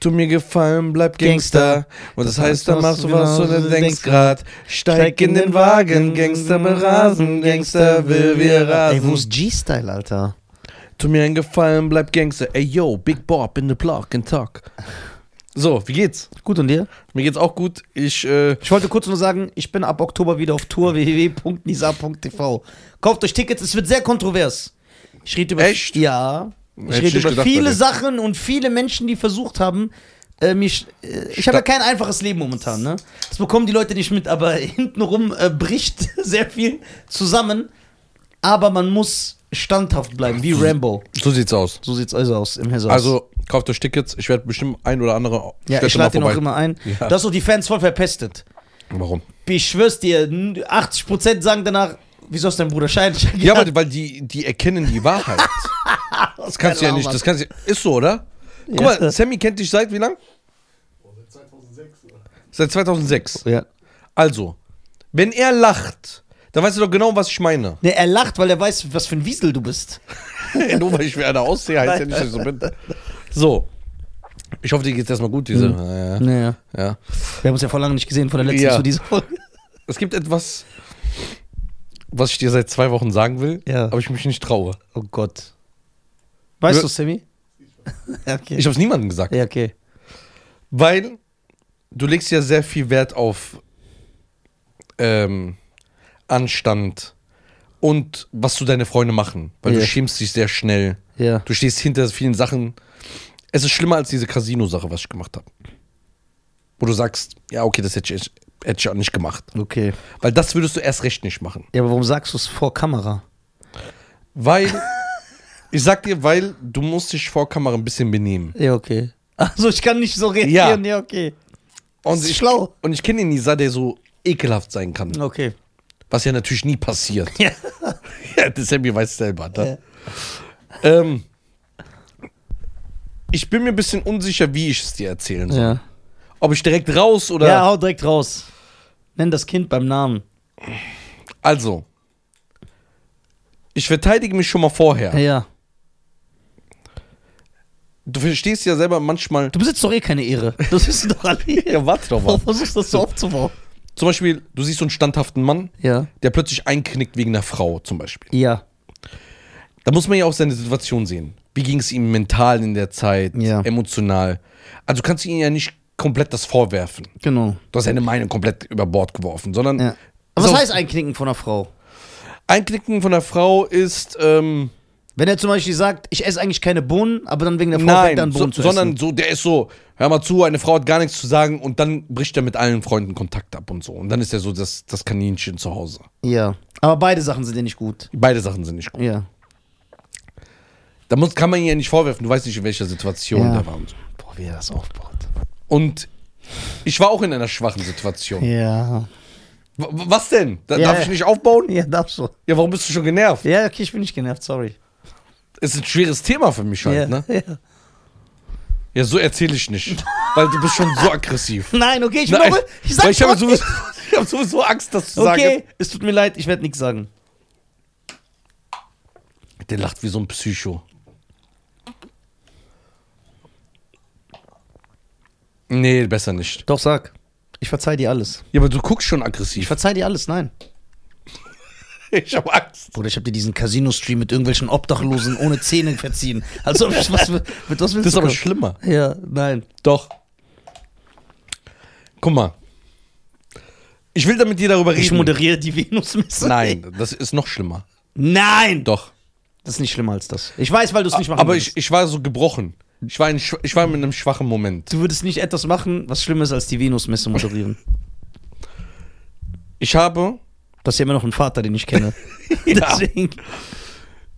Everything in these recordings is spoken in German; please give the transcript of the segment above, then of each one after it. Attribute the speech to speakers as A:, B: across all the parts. A: Tu mir gefallen, bleib Gangster. Und das, heißt, dann machst du was du denn denkst grad. Steig in den Wagen, Gangster berasen, Gangster will wir
B: Ey, wo
A: rasen.
B: ist G-Style, Alter?
A: Tu mir einen Gefallen, bleib Gangster. Ey yo, Big Bob in the block and talk. So, wie geht's?
B: Gut und dir?
A: Mir geht's auch gut. Ich, äh,
B: Ich wollte kurz nur sagen, ich bin ab Oktober wieder auf Tour www.nisa.tv. Kauft euch Tickets, es wird sehr kontrovers. Ich rede über
A: Echt?
B: ja, ich
A: Hätte ich
B: rede
A: nicht
B: über
A: gedacht bei
B: viele
A: dir.
B: Sachen und viele Menschen, die versucht haben, äh, mich äh, ich habe
A: Sta-
B: ja kein einfaches Leben momentan, ne? Das bekommen die Leute nicht mit, aber hintenrum äh, bricht sehr viel zusammen, aber man muss standhaft bleiben, wie Rambo.
A: so sieht's aus.
B: So sieht's also aus im Hesshaus.
A: Also, kauft euch Tickets. Ich werde bestimmt ein oder andere
B: ja,
A: Städte
B: ich
A: mal
B: lade den auch
A: vorbei.
B: immer ein.
A: Ja.
B: Du hast doch die Fans voll verpestet.
A: Warum?
B: Ich schwör's dir, 80% sagen danach, wieso ist dein Bruder scheidig?
A: Ja, weil, weil die, die erkennen die Wahrheit. Das kannst du ja nicht, das kannst du, ist so, oder? Guck
B: Ja.
A: mal, Sammy kennt dich seit wie lang? Seit 2006.
B: ja.
A: Also, wenn er lacht, dann weißt du doch genau, was ich meine.
B: Ne, er lacht, weil er weiß, was für ein Wiesel du bist.
A: Nur weil ich wie einer aussehe, heißt ja nicht, dass ich so bin. So. Ich hoffe, dir geht's erstmal gut, diese. Ja, ja.
B: Naja.
A: Ja.
B: Ne, Wir haben uns ja vor langem nicht gesehen, von der letzten
A: Ja.
B: zu dieser Folge.
A: Es gibt etwas, was ich dir seit zwei Wochen sagen will,
B: Ja.
A: aber ich mich nicht traue.
B: Oh Gott. Weißt
A: Wir-
B: du, Sammy? okay.
A: Ich habe es niemandem gesagt.
B: ja, okay.
A: Weil du legst ja sehr viel Wert auf ähm, Anstand und was du deine Freunde machen. Weil
B: Ja.
A: du schämst dich sehr schnell.
B: Ja.
A: Du stehst hinter vielen Sachen. Es ist schlimmer als diese Casino-Sache, was ich gemacht habe. Wo du sagst, ja, okay, das hätte ich, hätte ich auch nicht gemacht.
B: Okay.
A: Weil das würdest du erst recht nicht machen.
B: Ja, aber warum sagst du es vor Kamera?
A: Weil, ich sag dir, weil du musst dich vor Kamera ein bisschen benehmen.
B: Ja, okay. Also ich kann nicht so reagieren, ja, okay.
A: Und
B: ist
A: ich,
B: schlau.
A: Und ich kenne den Nisa, der so ekelhaft sein kann.
B: Okay.
A: Was ja natürlich nie passiert.
B: Ja.
A: Ja, der Sammy weiß selber. Ne? Ähm, ich bin mir ein bisschen unsicher, wie ich es dir erzählen soll.
B: Ja.
A: Ob ich direkt raus oder.
B: ja, hau direkt raus. Nenn das Kind beim Namen.
A: Also. Ich verteidige mich schon mal vorher.
B: ja.
A: Du verstehst ja selber manchmal.
B: Du besitzt doch eh keine Ehre. Das wissen doch alle. hier.
A: Ja, warte doch
B: Warum
A: mal.
B: versuchst du das so aufzubauen?
A: Zum Beispiel, du siehst so einen standhaften Mann,
B: Ja.
A: der plötzlich einknickt wegen einer Frau, zum Beispiel.
B: Ja.
A: Da muss man ja auch seine Situation sehen. Wie ging es ihm mental in der Zeit,
B: Ja.
A: emotional? Also du kannst ihm ja nicht komplett das vorwerfen.
B: Genau.
A: Du hast seine Meinung komplett über Bord geworfen, sondern
B: Ja. Aber
A: So.
B: was heißt einknicken von einer Frau?
A: Einknicken von der Frau ist ähm,
B: Wenn er zum Beispiel sagt, ich esse eigentlich keine Bohnen, aber dann wegen der Frau
A: nein,
B: fängt er an,
A: so,
B: Bohnen zu
A: sondern so, der ist so, hör mal zu, eine Frau hat gar nichts zu sagen und dann bricht er mit allen Freunden Kontakt ab und so. Und dann ist er so das, das Kaninchen zu Hause.
B: essen. Ja. Aber beide Sachen sind ja nicht gut.
A: Beide Sachen sind nicht gut.
B: Ja.
A: Da muss, kann man ihn ja nicht vorwerfen, du weißt nicht, in welcher Situation
B: Ja.
A: der war und so.
B: Boah, wie er das aufbaut.
A: Und ich war auch in einer schwachen Situation.
B: Ja.
A: W- w- Was denn? Da,
B: Ja.
A: Darf ich nicht aufbauen?
B: Ja, darfst du.
A: Ja, warum bist du schon genervt?
B: Ja, okay, ich bin nicht genervt, sorry.
A: Ist ein schweres Thema für mich halt,
B: ja.
A: ne?
B: ja.
A: Ja, so erzähle ich nicht. weil du bist schon so aggressiv.
B: Nein, okay, ich
A: Nein,
B: glaube, ich
A: weil
B: sag's
A: ich habe
B: trotzdem.
A: sowieso, ich hab sowieso Angst, dass du
B: Okay, es tut mir leid, ich werde nichts sagen.
A: sagst. Der lacht wie so ein Psycho. Nee, besser nicht.
B: Doch, sag. Ich verzeih dir alles.
A: Ja, aber du guckst schon
B: Ich
A: aggressiv.
B: verzeih dir alles, nein.
A: Ich habe Angst.
B: Bruder, ich hab dir diesen Casino-Stream mit irgendwelchen Obdachlosen ohne Zähne verziehen. Also, ich, was, mit was willst
A: Das ist
B: du
A: aber
B: kommen?
A: schlimmer.
B: Ja, nein.
A: Doch. Guck mal. Ich will da mit dir darüber reden.
B: Ich moderiere die Venus-Messe.
A: Nein, das ist noch schlimmer.
B: Nein!
A: Doch.
B: Das ist nicht schlimmer als das. Ich weiß, weil du es nicht machen
A: Aber
B: würdest.
A: ich, ich war so gebrochen. Ich war, in, schw- ich war in einem schwachen Moment.
B: Du würdest nicht etwas machen, was schlimmer ist als die Venus-Messe moderieren.
A: Ich habe
B: Das ist ja immer noch ein Vater, den ich kenne. Deswegen.
A: Also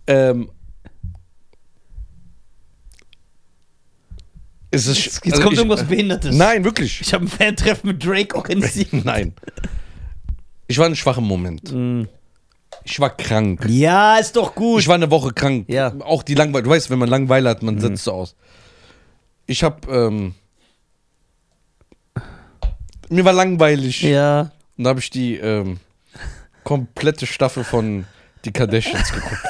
A: Ähm, es ist, also
B: Jetzt, jetzt kommt
A: ich,
B: irgendwas Behindertes.
A: Nein, wirklich.
B: Ich habe ein Fan-Treffen mit Drake organisiert.
A: Nein. Ich war in einem schwachen Moment.
B: Mm.
A: Ich war krank.
B: Ja, ist doch gut.
A: Ich war eine Woche krank.
B: Ja. Mm.
A: Auch die Langeweile. Du weißt, wenn man Langeweile hat, man setzt so aus. Ich hab. Ähm, mir war langweilig.
B: ja.
A: Und da habe ich die ähm, komplette Staffel von Die Kardashians geguckt.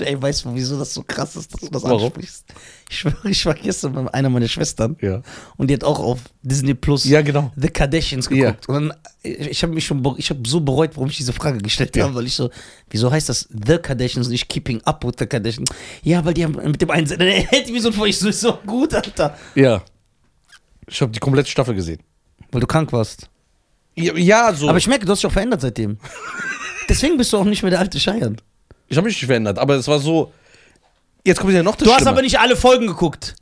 B: Ey, weißt du, wieso das so krass ist, dass du das
A: Warum?
B: ansprichst? Ich schwöre, ich war gestern bei einer meiner Schwestern
A: Ja.
B: und die hat auch auf Disney Plus
A: Ja, genau.
B: The Kardashians geguckt.
A: Ja.
B: Und dann, ich, ich habe mich schon, be- ich habe so bereut, warum ich diese Frage gestellt habe, weil ich so, wieso heißt das The Kardashians und nicht Keeping Up with the Kardashians? Ja, weil die haben mit dem einen, dann hätte ich mir so vor, ich so, ist so gut, Alter.
A: Ja. Ich habe die komplette Staffel gesehen.
B: Weil du krank warst.
A: Ja, ja so.
B: Aber ich merke, du hast dich auch verändert seitdem. Deswegen bist du auch nicht mehr der alte Scheiern.
A: Ich habe mich nicht verändert, aber es war so. Jetzt kommt ja noch das
B: Du hast
A: Schlimme.
B: aber nicht alle Folgen geguckt.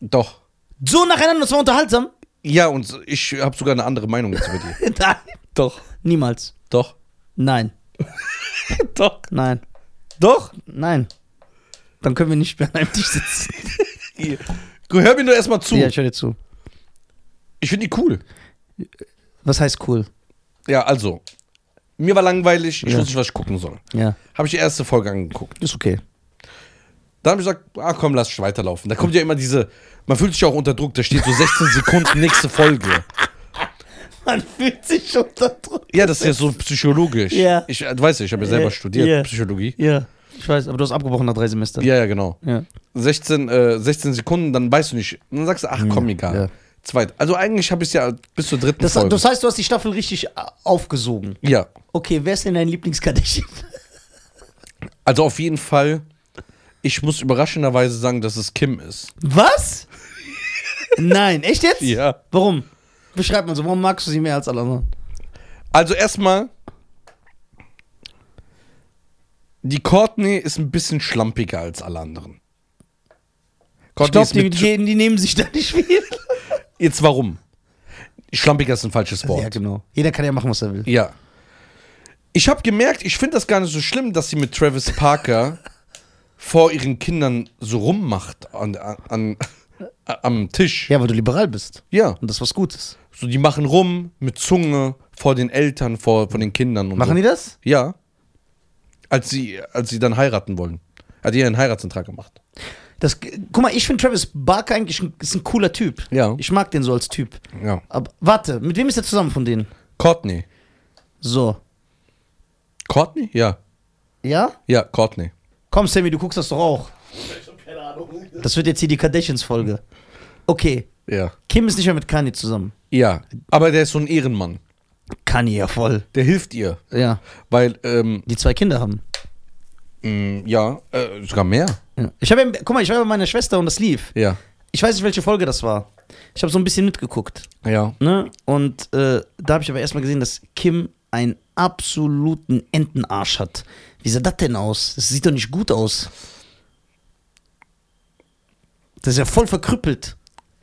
A: Doch.
B: So nacheinander, das war unterhaltsam.
A: Ja, und ich habe sogar eine andere Meinung jetzt über dir.
B: Nein.
A: Doch.
B: Niemals.
A: Doch.
B: Nein.
A: Doch.
B: Nein.
A: Doch.
B: Nein. Dann können wir nicht mehr an einem Tisch sitzen.
A: Hör mir nur erstmal zu.
B: Ja, ich höre dir zu.
A: Ich finde die cool.
B: Was heißt cool?
A: Ja, also. Mir war langweilig, ich
B: Ja.
A: wusste nicht, was ich gucken soll.
B: Ja.
A: Habe ich die erste Folge angeguckt.
B: Ist okay.
A: Dann habe ich gesagt, ah komm, lass ich weiterlaufen. Da kommt ja immer diese, man fühlt sich ja auch unter Druck, da steht so 16 Sekunden nächste Folge.
B: Man fühlt sich unter Druck.
A: Ja, das ist ja so psychologisch.
B: Ja.
A: Ich, äh, du weißt ja, ich habe ja selber
B: Ja,
A: studiert,
B: ja.
A: Psychologie.
B: Ja. Ich weiß, aber du hast abgebrochen nach drei Semestern.
A: Ja, ja, genau.
B: Ja.
A: 16, äh, 16 Sekunden, dann weißt du nicht. Und Dann sagst du, ach komm, egal.
B: Hm, ja.
A: Zweit. Also eigentlich habe ich es ja bis zur dritten
B: Das,
A: Folge.
B: das heißt, du hast die Staffel richtig äh, aufgesogen.
A: ja,
B: Okay, wer ist denn dein Lieblingskardashian?
A: also auf jeden Fall, ich muss überraschenderweise sagen, dass es Kim ist.
B: Was? Nein, echt jetzt?
A: Ja.
B: Warum? Beschreib mal so, warum magst du sie mehr als alle anderen?
A: Also erstmal, die Courtney ist ein bisschen schlampiger als alle anderen.
B: Ich
A: Courtney
B: glaube, die,
A: ist mit,
B: die, die nehmen sich da nicht viel.
A: jetzt warum? Schlampiger ist ein falsches Wort.
B: Ja, genau. Jeder kann ja machen, was er will.
A: Ja. Ich habe gemerkt, ich finde das gar nicht so schlimm, dass sie mit Travis Parker vor ihren Kindern so rummacht an, an, an, am Tisch.
B: Ja, weil du liberal bist.
A: Ja.
B: Und das ist was Gutes.
A: So, die machen rum mit Zunge vor den Eltern, vor, vor den Kindern und
B: Machen
A: so.
B: die das?
A: die? Ja. Als sie, als sie dann heiraten wollen. Hat ihr einen Heiratsantrag gemacht.
B: das guck mal, ich finde Travis Barker eigentlich ein, ist ein cooler Typ.
A: Ja.
B: Ich mag den so als Typ.
A: Ja.
B: Aber warte, mit wem ist er zusammen von denen?
A: Courtney.
B: So.
A: Courtney? Ja.
B: Ja?
A: Ja, Courtney.
B: Komm, Sammy, du guckst das doch auch.
C: Keine Ahnung.
B: Das wird jetzt hier die Kardashians-Folge. Okay.
A: Ja.
B: Kim ist nicht mehr mit Kanye zusammen.
A: Ja. Aber der ist so ein Ehrenmann.
B: Kanye, ja voll.
A: Der hilft ihr.
B: Ja.
A: Weil, ähm,
B: Die zwei Kinder haben.
A: mh, ja, äh, sogar mehr.
B: Ja. Ich habe, guck mal, ich war bei meiner Schwester und das lief.
A: Ja.
B: Ich weiß nicht, welche Folge das war. Ich habe so ein bisschen mitgeguckt.
A: Ja.
B: Ne? Und äh, da habe ich aber erstmal gesehen, dass Kim einen absoluten Entenarsch hat. Wie sah das denn aus? Das sieht doch nicht gut aus. Das ist ja voll verkrüppelt.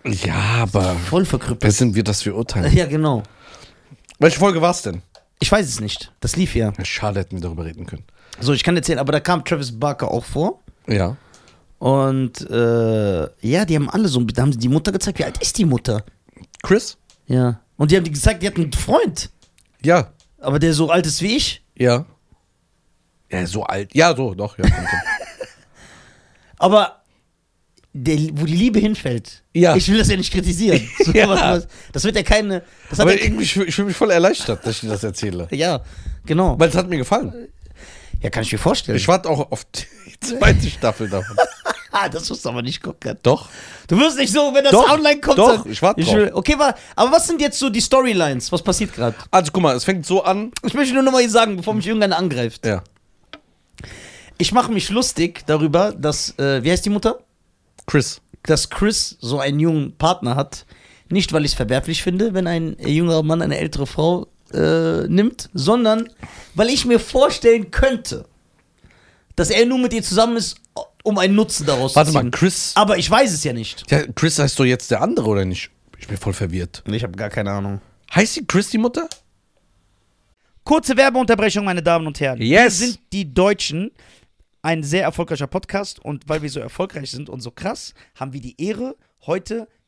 A: Ja, aber
B: Voll verkrüppelt.
A: wer sind wir, dass wir urteilen?
B: Ja, genau.
A: Welche Folge war es denn?
B: Ich weiß es nicht. Das lief ja.
A: Schade, hätten wir darüber reden können.
B: So, ich kann erzählen, aber da kam Travis Barker auch vor.
A: Ja.
B: Und äh, ja, die haben alle so, da haben sie die Mutter gezeigt. Wie alt ist die Mutter?
A: Chris?
B: Ja. Und die haben die gezeigt, die hat einen Freund.
A: Ja.
B: Aber der so alt ist wie ich.
A: Ja. Ja, so alt. Ja, so, doch. Ja, kommt hin.
B: Aber der, wo die Liebe hinfällt,
A: Ja.
B: ich will das ja nicht kritisieren. So
A: Ja.
B: was- was- das wird ja keine. Das hat
A: Aber
B: ja, kein-
A: irgendwie, ich, fühl- ich fühle mich voll erleichtert, dass ich dir das erzähle.
B: ja, genau.
A: Weil es hat mir gefallen.
B: Ja, kann ich mir vorstellen.
A: Ich warte auch auf die zweite Staffel davon.
B: Ah, das musst du aber nicht gucken.
A: Doch.
B: Du wirst nicht so, wenn das
A: Doch,
B: online kommt.
A: doch,
B: dann-
A: ich warte drauf.
B: will- Okay, wa- aber was sind jetzt so die Storylines? Was passiert gerade?
A: Also guck mal, es fängt so an.
B: Ich möchte nur nochmal sagen, bevor mich irgendeiner angreift.
A: Ja.
B: Ich mache mich lustig darüber, dass, äh, wie heißt die Mutter?
A: Chris.
B: dass Chris so einen jungen Partner hat. Nicht, weil ich es verwerflich finde, wenn ein jüngerer Mann eine ältere Frau äh, nimmt, sondern weil ich mir vorstellen könnte, dass er nur mit ihr zusammen ist, um einen Nutzen daraus
A: Warte
B: zu
A: mal,
B: ziehen.
A: Chris.
B: Aber ich weiß es ja nicht.
A: Ja, Chris heißt doch jetzt der andere, oder nicht? Ich bin voll verwirrt.
B: Ich habe gar keine Ahnung.
A: Heißt sie Chris die Mutter?
D: Kurze Werbeunterbrechung, meine Damen und Herren.
A: Yes.
D: Wir sind die Deutschen, ein sehr erfolgreicher Podcast und weil wir so erfolgreich sind und so krass, haben wir die Ehre, heute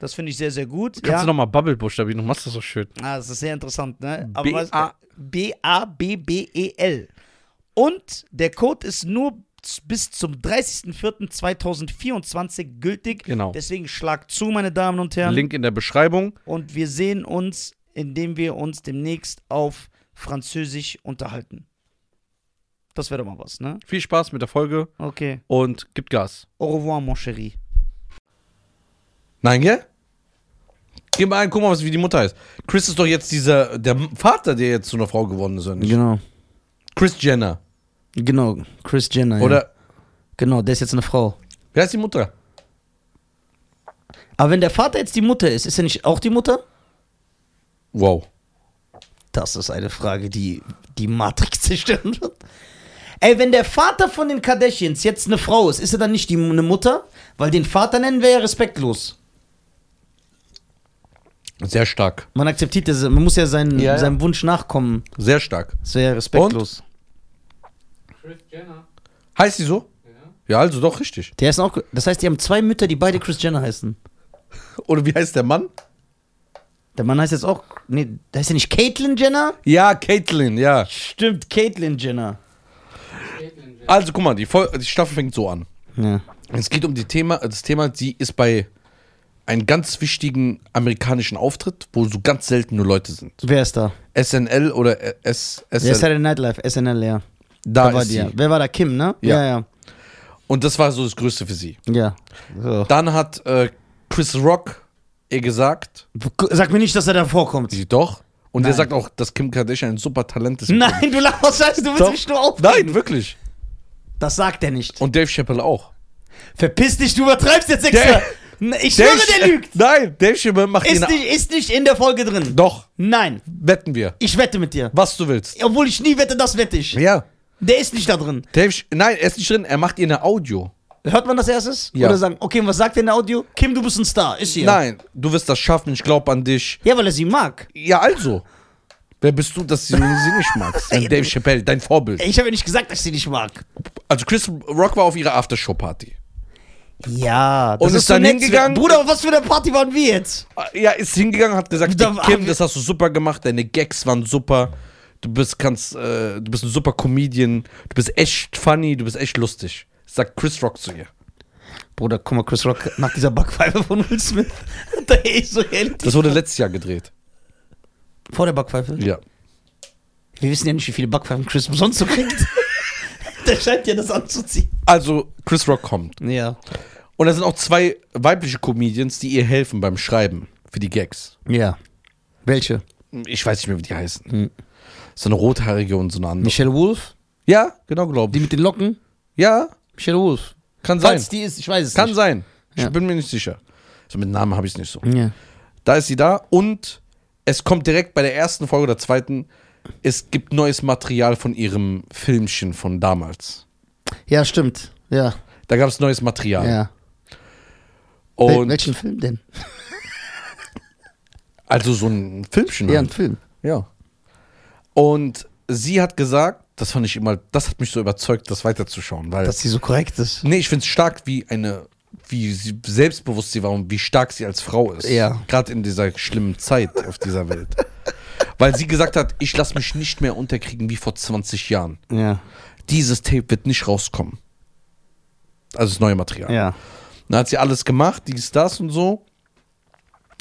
D: Das finde ich sehr, sehr gut.
C: Kannst
D: ja.
C: du nochmal Bubble buchstabieren? Du machst das so schön.
D: Ah, das ist sehr interessant, ne?
C: B-
D: weißt du,
C: A-
D: B-A-B-B-E-L. E Und der Code ist nur z- bis zum 30.04.2024 gültig.
C: Genau.
D: Deswegen schlagt zu, meine Damen und Herren.
C: Link in der Beschreibung.
D: Und wir sehen uns, indem wir uns demnächst auf Französisch unterhalten. Das wäre doch mal was, ne?
C: Viel Spaß mit der Folge
D: Okay.
C: und gibt Gas.
D: Au revoir, mon chéri.
A: Nein, gell? Gib mal einen, guck mal, was, wie die Mutter heißt. Chris ist doch jetzt dieser, der Vater, der jetzt zu einer Frau geworden ist, oder nicht?
B: Genau.
A: Chris Jenner.
B: Genau, Chris Jenner. Ja.
A: Oder,
B: Genau, der ist jetzt eine Frau.
A: wer ist die Mutter?
B: Aber wenn der Vater jetzt die Mutter ist, ist er nicht auch die Mutter?
A: Wow.
B: Das ist eine Frage, die die Matrix zerstören wird. Ey, wenn der Vater von den Kardashians jetzt eine Frau ist, ist er dann nicht die, eine Mutter? Weil den Vater nennen wäre ja respektlos.
A: Sehr stark.
B: Man akzeptiert das, man muss ja, seinen,
A: Ja, ja.
B: seinem Wunsch nachkommen.
A: Sehr stark.
B: Das wäre ja respektlos.
A: Heißt sie so? Ja, also doch, richtig.
B: Die heißen auch, das heißt, die haben zwei Mütter, die beide Chris Jenner heißen.
A: Oder wie heißt der Mann?
B: Der Mann heißt jetzt auch, nee, heißt ja nicht Caitlyn Jenner?
A: Ja, Caitlin, ja.
B: Stimmt, Caitlyn Jenner.
A: Also guck mal, die, Fol- die Staffel fängt so an.
B: Ja.
A: Es geht um die Thema, das Thema, sie ist bei einem ganz wichtigen amerikanischen Auftritt, wo so ganz selten nur Leute sind.
B: Wer ist da?
A: SNL oder äh, S,
B: Der
A: SNL.
B: Saturday Night Live, SNL, ja.
A: Da
B: Wer war
A: ist
B: die?
A: sie.
B: Wer war da? Kim, ne?
A: Ja.
B: ja.
A: Und das war so das Größte für sie.
B: ja. So.
A: Dann hat äh, Chris Rock ihr gesagt,
B: Sag mir nicht, dass er da vorkommt.
A: sie doch. Und der
B: Nein.
A: sagt auch, dass Kim Kardashian ein super Talent ist.
B: Nein, du lachst scheiße, du willst
A: Doch.
B: mich nur auf.
A: Nein, wirklich.
B: Das sagt er nicht.
A: Und Dave Chappelle auch.
B: Verpiss dich, du übertreibst jetzt extra.
A: Der- äh,
B: Na, ich schwöre, der lügt.
A: Nein, Dave Chappelle macht ihn.
B: Ist nicht, ist nicht in der Folge drin.
A: Doch,
B: Nein,
A: wetten wir.
B: ich wette mit dir.
A: Was du willst.
B: Obwohl ich nie wette, das wette ich.
A: Ja.
B: Der ist nicht da drin.
A: Dave, Sch- nein, er ist nicht drin, er macht ihr eine Audio.
B: Hört man das erstes?
A: Ja.
B: Oder sagen, okay, was sagt der in der Audio? Kim, du bist ein Star. Ist sie. ja.
A: Nein, du wirst das schaffen, ich glaube an dich.
B: Ja, weil er sie mag.
A: Ja, also. Wer bist du, dass du sie nicht magst? Wenn Dave Chappelle, dein Vorbild.
B: Ich habe ja nicht gesagt, dass ich sie nicht mag.
A: Also Chris Rock war auf ihrer Aftershow-Party.
B: Ja, das
A: Und ist dann
B: nett.
A: hingegangen-
B: Bruder, auf was für eine Party waren wir jetzt?
A: Ja, ist hingegangen, hat gesagt,
B: Da war-
A: Kim, das hast du super gemacht, deine Gags waren super. Du bist kannst, äh, du bist ein super Comedian, du bist echt funny, du bist echt lustig. Sagt Chris Rock zu ihr.
B: Bruder, guck mal, Chris Rock nach dieser Backpfeife von Will Smith. da ist so Reality.
A: Das wurde letztes Jahr gedreht.
B: Vor der Backpfeife?
A: Ja.
B: Wir wissen ja nicht, wie viele Backpfeifen Chris sonst so kriegt. der scheint ja das anzuziehen.
A: Also, Chris Rock kommt.
B: Ja.
A: Und da sind auch zwei weibliche Comedians, die ihr helfen beim Schreiben für die Gags.
B: Ja. Welche?
A: Ich weiß nicht mehr, wie die heißen.
B: Hm.
A: So eine rothaarige und so eine andere.
B: Michelle Wolf?
A: Ja, genau, glaube
B: Die
A: ich.
B: mit den Locken?
A: Ja,
B: Michelle Wolf.
A: kann sein.
B: Falls die ist, ich weiß es
A: Kann
B: nicht.
A: sein. Ich
B: Ja. Hm.
A: bin mir nicht sicher. So mit Namen habe ich es nicht so.
B: Ja.
A: Da ist sie da und es kommt direkt bei der ersten Folge oder zweiten, es gibt neues Material von ihrem Filmchen von damals.
B: ja, stimmt. Ja.
A: Da gab es neues Material.
B: ja. Wel-
A: Und
B: Welchen Film denn?
A: also so ein Filmchen.
B: Ja, ein
A: halt.
B: Film.
A: ja. Und sie hat gesagt, das fand ich immer, das hat mich so überzeugt, das weiterzuschauen, weil
B: Dass sie so korrekt ist.
A: Nee, ich finde es stark, wie eine, wie sie selbstbewusst sie war und wie stark sie als Frau ist.
B: Ja.
A: Gerade in dieser schlimmen Zeit auf dieser Welt. Weil sie gesagt hat, ich lasse mich nicht mehr unterkriegen wie vor 20 Jahren.
B: Ja.
A: Dieses Tape wird nicht rauskommen. Also das neue Material.
B: Ja.
A: Dann hat sie alles gemacht, dies, das und so.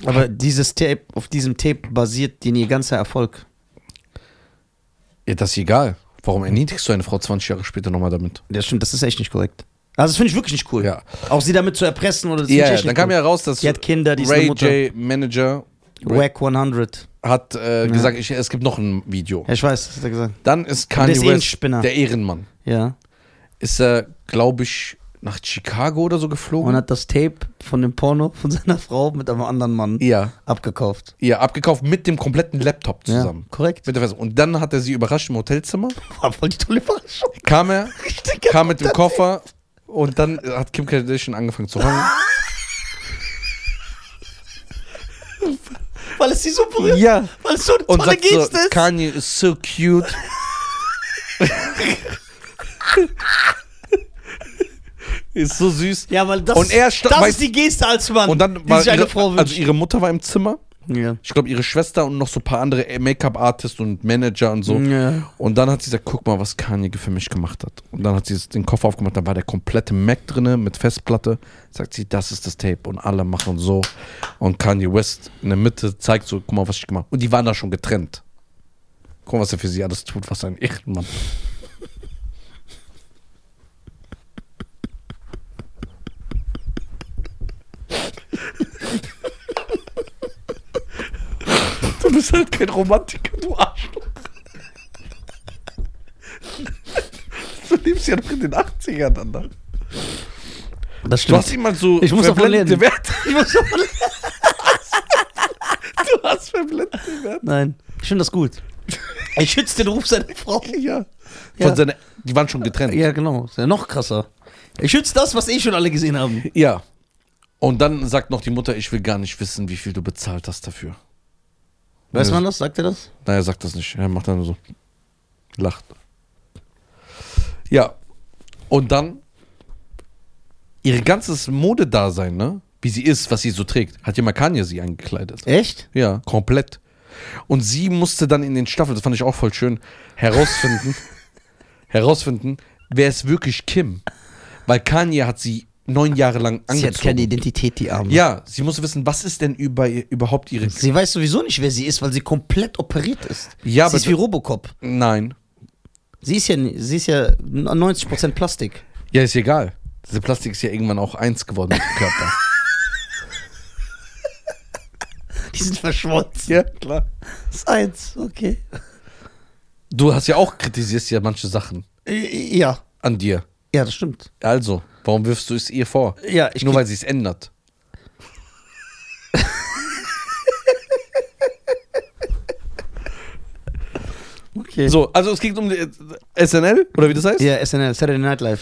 B: Aber dieses Tape, auf diesem Tape basiert denn ihr ganzer Erfolg.
A: Ja, das ist egal. Warum erniedrigst du eine Frau 20 Jahre später nochmal damit?
B: Das stimmt, das ist echt nicht korrekt. Also das finde ich wirklich nicht cool.
A: Ja.
B: Auch sie damit zu erpressen oder das
A: Ja,
B: finde ich
A: ja
B: echt
A: dann
B: nicht
A: kam
B: cool.
A: ja raus, dass
B: Die hat Kinder, die ist eine
A: Ray
B: Mutter.
A: J. Manager
B: Wack 100.
A: hat äh, gesagt, ich, es gibt noch ein Video.
B: Ja, ich weiß, das hat er gesagt.
A: Dann ist
B: der
A: Kanye
B: ist eh ein
A: West,
B: Spinner.
A: der Ehrenmann,
B: Ja.
A: ist er, glaube ich, nach Chicago oder so geflogen.
B: Und hat das Tape von dem Porno von seiner Frau mit einem anderen Mann
A: ja,
B: abgekauft.
A: ja, abgekauft mit dem kompletten Laptop zusammen.
B: Ja, korrekt.
A: Mit der Version. Und dann hat er sie überrascht im Hotelzimmer,
B: War voll die tolle Überraschung.
A: kam er,
B: Richtig.
A: kam mit dem Koffer und dann hat Kim Kardashian angefangen zu heulen.
B: Weil es sie so berührt.
A: ja.
B: Weil es so eine
A: Und
B: tolle
A: sagt so,
B: Geste ist.
A: Kanye is so cute. ist so süß.
B: Ja, weil das,
A: Und er sta-
B: das
A: weiß-
B: ist die Geste als Mann,
A: Und dann
B: die
A: war
B: sich eine
A: ihre,
B: Frau
A: also
B: wünscht.
A: ihre Mutter war im Zimmer.
B: ja.
A: Ich glaube, ihre Schwester und noch so ein paar andere Make-up-Artists und Manager und so.
B: Mhm. Ja.
A: Und dann hat sie gesagt, guck mal, was Kanye für mich gemacht hat. Und dann hat sie den Koffer aufgemacht, dann war der komplette Mac drinne mit Festplatte. Sagt sie, das ist das Tape. Und alle machen so. Und Kanye West in der Mitte zeigt so, guck mal, was ich gemacht habe. Und die waren da schon getrennt. Guck mal, was er für sie alles tut, was ein Ehrenmann. Du bist halt kein Romantiker, du Arschloch. Du lebst ja noch in den 80ern, Alter.
B: Das
A: Du hast
B: stimmt.
A: ihm mal so
B: Ich muss davon
A: verblendete
B: lernen.
A: Werte.
B: Ich muss davon lernen.
A: Du hast verblendete Werte.
B: Nein, ich finde das gut. Er schützt den Ruf seiner Frau.
A: Ja.
B: Ja.
A: Von seiner, die waren schon getrennt.
B: Ja, genau. Ist ja noch krasser. Er schützt das, was eh schon alle gesehen haben.
A: Ja. Und dann sagt noch die Mutter, ich will gar nicht wissen, wie viel du bezahlt hast dafür.
B: Weiß
A: Ja.
B: man das? Sagt er das?
A: Nein, er sagt das nicht. Er macht dann nur so. Lacht. Ja. Und dann ihr ganzes Modedasein, ne? Wie sie ist, was sie so trägt, hat ja Makanya sie angekleidet.
B: Echt?
A: Ja, komplett. Und sie musste dann in den Staffeln, das fand ich auch voll schön, herausfinden, herausfinden, wer ist wirklich Kim. Weil Kanye hat sie neun Jahre lang
B: Sie
A: angezogen.
B: hat keine Identität, die Arme.
A: ja, sie musste wissen, was ist denn über, ihr- überhaupt ihre
B: Sie weiß sowieso nicht, wer sie ist, weil sie komplett operiert ist.
A: Ja,
B: sie
A: aber
B: ist wie Robocop.
A: Nein.
B: Sie ist ja, sie ist ja 90% Plastik.
A: Ja, ist egal. Diese Plastik ist ja irgendwann auch eins geworden mit dem Körper.
B: Die sind verschmolzen.
A: ja, klar.
B: Das ist eins, okay.
A: Du hast ja auch kritisierst ja manche Sachen
B: Äh, Ja.
A: an dir.
B: Ja, das stimmt.
A: Also, warum wirfst du es ihr vor?
B: Ja, ich
A: Nur weil sie es ändert.
B: Okay.
A: So, also es geht um die SNL oder wie das heißt?
B: Ja, SNL, Saturday Night Live.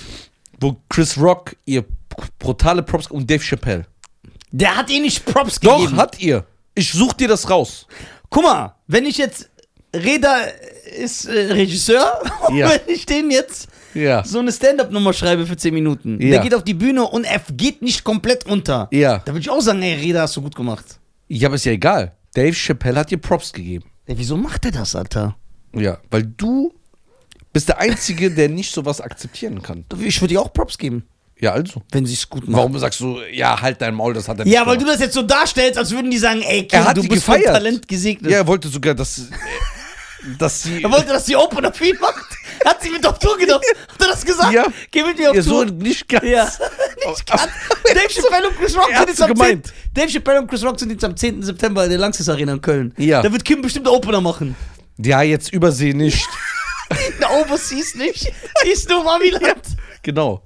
A: Wo Chris Rock ihr brutale Props und Dave Chappelle.
B: Der hat eh nicht Props
A: Doch,
B: gegeben.
A: hat ihr. Ich such dir das raus.
B: Guck mal, wenn ich jetzt. Reda ist äh, Regisseur. Und
A: Ja.
B: wenn ich den jetzt
A: Ja.
B: so eine Stand-Up-Nummer schreibe für 10 Minuten,
A: Ja.
B: der geht auf die Bühne und er geht nicht komplett unter.
A: Ja.
B: Da würde ich auch sagen, ey, Reda, hast du gut gemacht.
A: Ja, aber ist ja egal. Dave Chappelle hat ihr Props gegeben.
B: Ey, wieso macht er das, Alter?
A: Ja. Weil du bist der Einzige, der nicht sowas akzeptieren kann.
B: Ich würde dir auch Props geben,
A: Ja, also.
B: wenn sie es gut macht.
A: Warum sagst du, ja, halt dein Maul, das hat er nicht
B: Ja, weil du
A: gemacht.
B: das jetzt so darstellst, als würden die sagen, ey,
A: Er
B: Kim,
A: hat
B: du
A: die
B: bist von
A: gefeiert.
B: Talent gesegnet.
A: Ja, er wollte sogar, dass, äh, dass sie.
B: Er wollte, dass die Opener viel macht. Hat sie mit auf Tour genommen. Hat er das gesagt?
A: Ja.
B: Geh mit mir auf
A: ihr
B: Tour.
A: so nicht ganz.
B: Ja. Nicht ganz. Dave Chappelle und Chris Rock
A: Er
B: sind
A: hat's
B: jetzt am
A: gemeint.
B: 10. Dave Chappelle und Chris Rock sind jetzt am 10. September in der Lanxess Arena in Köln.
A: Ja.
B: Da wird Kim bestimmt Opener machen.
A: Ja, jetzt übersee nicht.
B: Na, Overseas nicht. Die ist nur im Amiland.
A: genau.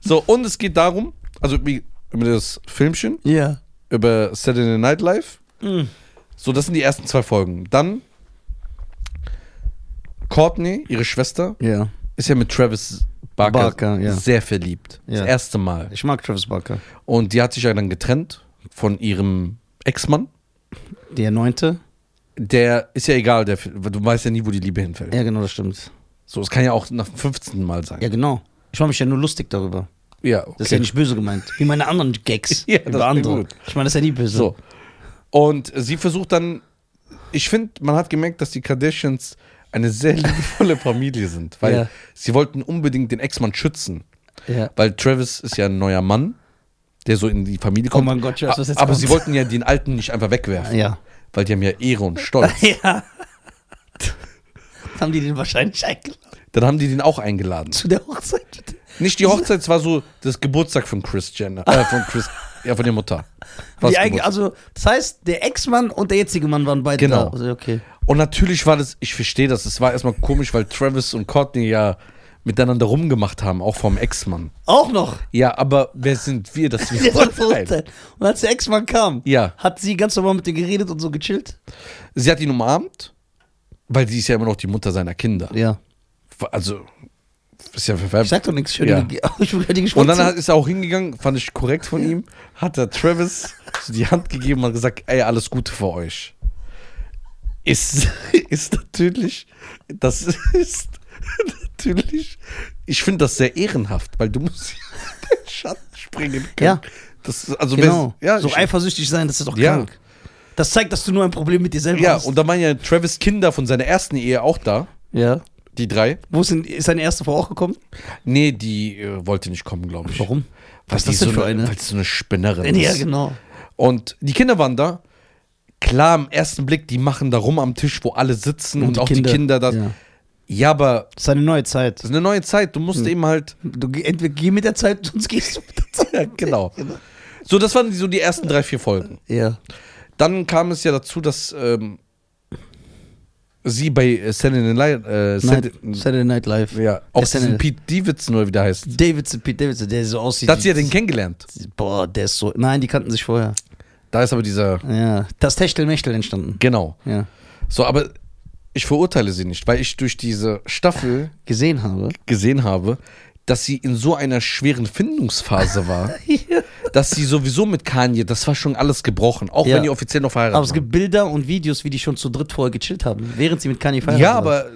A: So, und es geht darum, also wie über das Filmchen,
B: Ja.
A: über Saturday Night Live.
B: Mm.
A: So, das sind die ersten zwei Folgen. Dann Courtney, ihre Schwester,
B: Ja.
A: ist ja mit Travis Barker,
B: Barker, ja.
A: sehr verliebt.
B: Ja.
A: Das erste Mal.
B: Ich mag Travis Barker.
A: Und die hat sich ja dann getrennt von ihrem Ex-Mann.
B: Der Neunte. der
A: Der ist ja egal, der, du weißt ja nie, wo die Liebe hinfällt.
B: Ja, genau, das stimmt.
A: So, es kann ja auch nach dem 15. Mal sein.
B: Ja, genau. Ich mache mich ja nur lustig darüber.
A: Ja, okay.
B: Das ist ja nicht böse gemeint. Wie meine anderen Gags.
A: Ja, das
B: über
A: ist
B: andere.
A: gut.
B: Ich meine, das ist ja nie böse.
A: So. Und sie versucht dann, ich finde, man hat gemerkt, dass die Kardashians eine sehr liebevolle Familie sind, weil
B: Ja.
A: sie wollten unbedingt den Ex-Mann schützen.
B: Ja.
A: Weil Travis ist ja ein neuer Mann. der so in die Familie
B: Oh
A: kommt.
B: mein Gott, ich weiß, was jetzt
A: aber
B: kommt.
A: sie wollten ja den Alten nicht einfach wegwerfen,
B: Ja.
A: weil die haben ja Ehre und Stolz.
B: Ja. haben die den wahrscheinlich eingeladen
A: Dann haben die den auch eingeladen.
B: zu der Hochzeit?
A: Nicht die Hochzeit, es war so das Geburtstag von Chris Jenner. Äh, von Chris, ja, von der Mutter. War's
B: Die eigentlich,
A: Geburtstag.
B: also, das heißt, der Ex-Mann und der jetzige Mann waren beide
A: Genau.
B: da. Also, okay.
A: Und natürlich war das, ich verstehe das, es war erstmal komisch, weil Travis und Courtney ja miteinander rumgemacht haben, auch vom Ex-Mann.
B: Auch noch.
A: Ja, aber wer sind wir, dass wir
B: Der soll
A: urteilen?
B: verurteilt. Und als der Ex-Mann kam,
A: Ja.
B: hat sie ganz normal mit dir geredet und so gechillt?
A: Sie hat ihn umarmt, weil sie ist ja immer noch die Mutter seiner Kinder.
B: Ja.
A: Also, ist ja
B: Ich
A: verwerflich.
B: sag doch nichts. Ich höre
A: Ja.
B: dir, ich hör dir
A: Und
B: geschwommen.
A: dann hat- ist er auch hingegangen, fand ich korrekt von ihm, hat er Travis so die Hand gegeben und hat gesagt, ey, alles Gute für euch. Ist, ist natürlich, das ist natürlich, ich finde das sehr ehrenhaft, weil du musst in den Schatten springen können.
B: Ja.
A: Das, ist- also
B: genau.
A: wer, ja,
B: so
A: ich,
B: eifersüchtig sein, das ist doch
A: Ja.
B: krank. Das zeigt, dass du nur ein Problem mit dir selber
A: ja,
B: hast.
A: und da waren ja Travis Kinder von seiner ersten Ehe auch da,
B: ja.
A: die drei.
B: Wo ist, denn, ist deine erste Frau auch gekommen?
A: Nee, die äh, wollte nicht kommen, glaube ich.
B: Warum?
A: Weil
B: Was ist
A: die
B: das denn
A: so
B: für eine?
A: Weil es so eine Spinnerin
B: Ja,
A: ist.
B: genau.
A: Und die Kinder waren da. Klar, im ersten Blick, die machen da rum am Tisch, wo alle sitzen und, auch die Kinder da. Ja.
B: Ja.
A: aber
B: Das ist eine neue Zeit.
A: das ist eine neue Zeit. Du musst eben halt.
B: Du geh- entweder geh mit der Zeit, sonst gehst du mit der Zeit.
A: Ja, genau. So, das waren so die ersten drei, vier Folgen.
B: Ja.
A: Dann kam es ja dazu, dass ähm, sie bei äh, Saturday Night, äh,
B: Night,
A: Saturday,
B: Saturday Night Live.
A: ja, auch diesen
B: SNL.
A: Pete Davidson oder wie der heißt.
B: Davidson, Pete Davidson, der so aussieht.
A: Da hat sie ja den kennengelernt.
B: Boah, der ist so. Nein, die kannten sich vorher.
A: Da ist aber dieser.
B: Ja. Das Techtelmechtel entstanden.
A: Genau.
B: Ja.
A: So, aber ich verurteile sie nicht, weil ich durch diese Staffel
B: Gesehen habe.
A: gesehen habe, dass sie in so einer schweren Findungsphase war, dass sie sowieso mit Kanye, das war schon alles gebrochen, auch
B: Ja.
A: wenn die offiziell noch verheiratet
B: Aber es gibt Bilder und Videos, wie die schon zu dritt vorher gechillt haben, während sie mit Kanye
A: waren.
B: feiern.
A: Ja, aber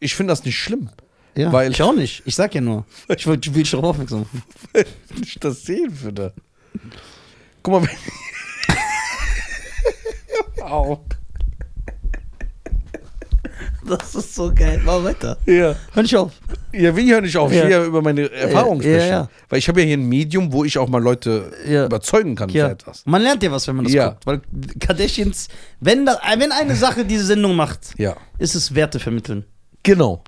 A: ich finde das nicht schlimm,
B: Ja,
A: weil-
B: ich auch nicht. Ich sag ja nur. Ich wollt- ich will dich darauf aufmerksam machen.
A: wenn ich das sehen würde. Guck mal, wenn Hör auf.
B: Das ist so geil. Mach weiter.
A: Ja,
B: Hör nicht auf.
A: ja, will ich ja nicht auf. Ich
B: Ja.
A: will ja über meine Erfahrungen
B: Ja, ja,
A: sprechen.
B: ja.
A: Weil ich habe ja hier ein Medium, wo ich auch mal Leute
B: Ja.
A: überzeugen kann
B: Ja.
A: für etwas.
B: Man lernt ja was, wenn man das
A: Ja.
B: guckt. Weil Kardashians, wenn, da, wenn eine Sache diese Sendung macht,
A: Ja.
B: ist es Werte vermitteln.
A: Genau.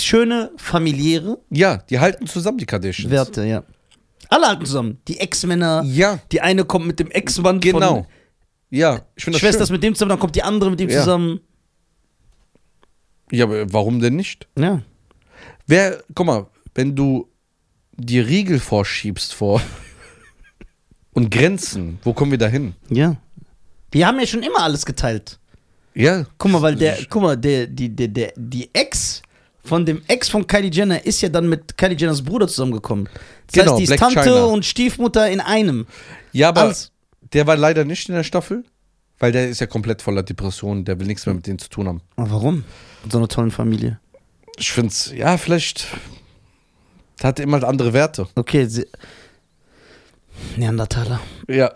B: Schöne, familiäre
A: Ja, die halten zusammen, die Kardashians.
B: Werte, ja. Alle halten zusammen. Die Ex-Männer,
A: Ja,
B: die eine kommt mit dem Ex-Mann
A: genau. Ja, ich
B: von
A: finde das
B: Schwester
A: schön.
B: ist mit dem zusammen, dann kommt die andere mit ihm
A: Ja.
B: zusammen.
A: Ja, aber warum denn nicht?
B: Ja.
A: Wer, guck mal, wenn du dir Riegel vorschiebst vor und Grenzen, wo kommen wir da hin?
B: Ja. Wir haben ja schon immer alles geteilt.
A: Ja.
B: Guck mal, weil der, guck mal, der, die, der, der, die Ex von dem Ex von Kylie Jenner ist ja dann mit Kylie Jenners Bruder zusammengekommen. Das
A: Genau,
B: heißt, die ist
A: Black
B: Tante
A: China.
B: und Stiefmutter in einem.
A: Ja, aber
B: Alles.
A: der war leider nicht in der Staffel, weil der ist ja komplett voller Depressionen, der will nichts mehr mit denen zu tun haben.
B: Aber warum? Mit so einer tollen Familie.
A: Ich find's, ja, vielleicht der hatte immer andere Werte.
B: Okay, sie. Neandertaler.
A: Ja.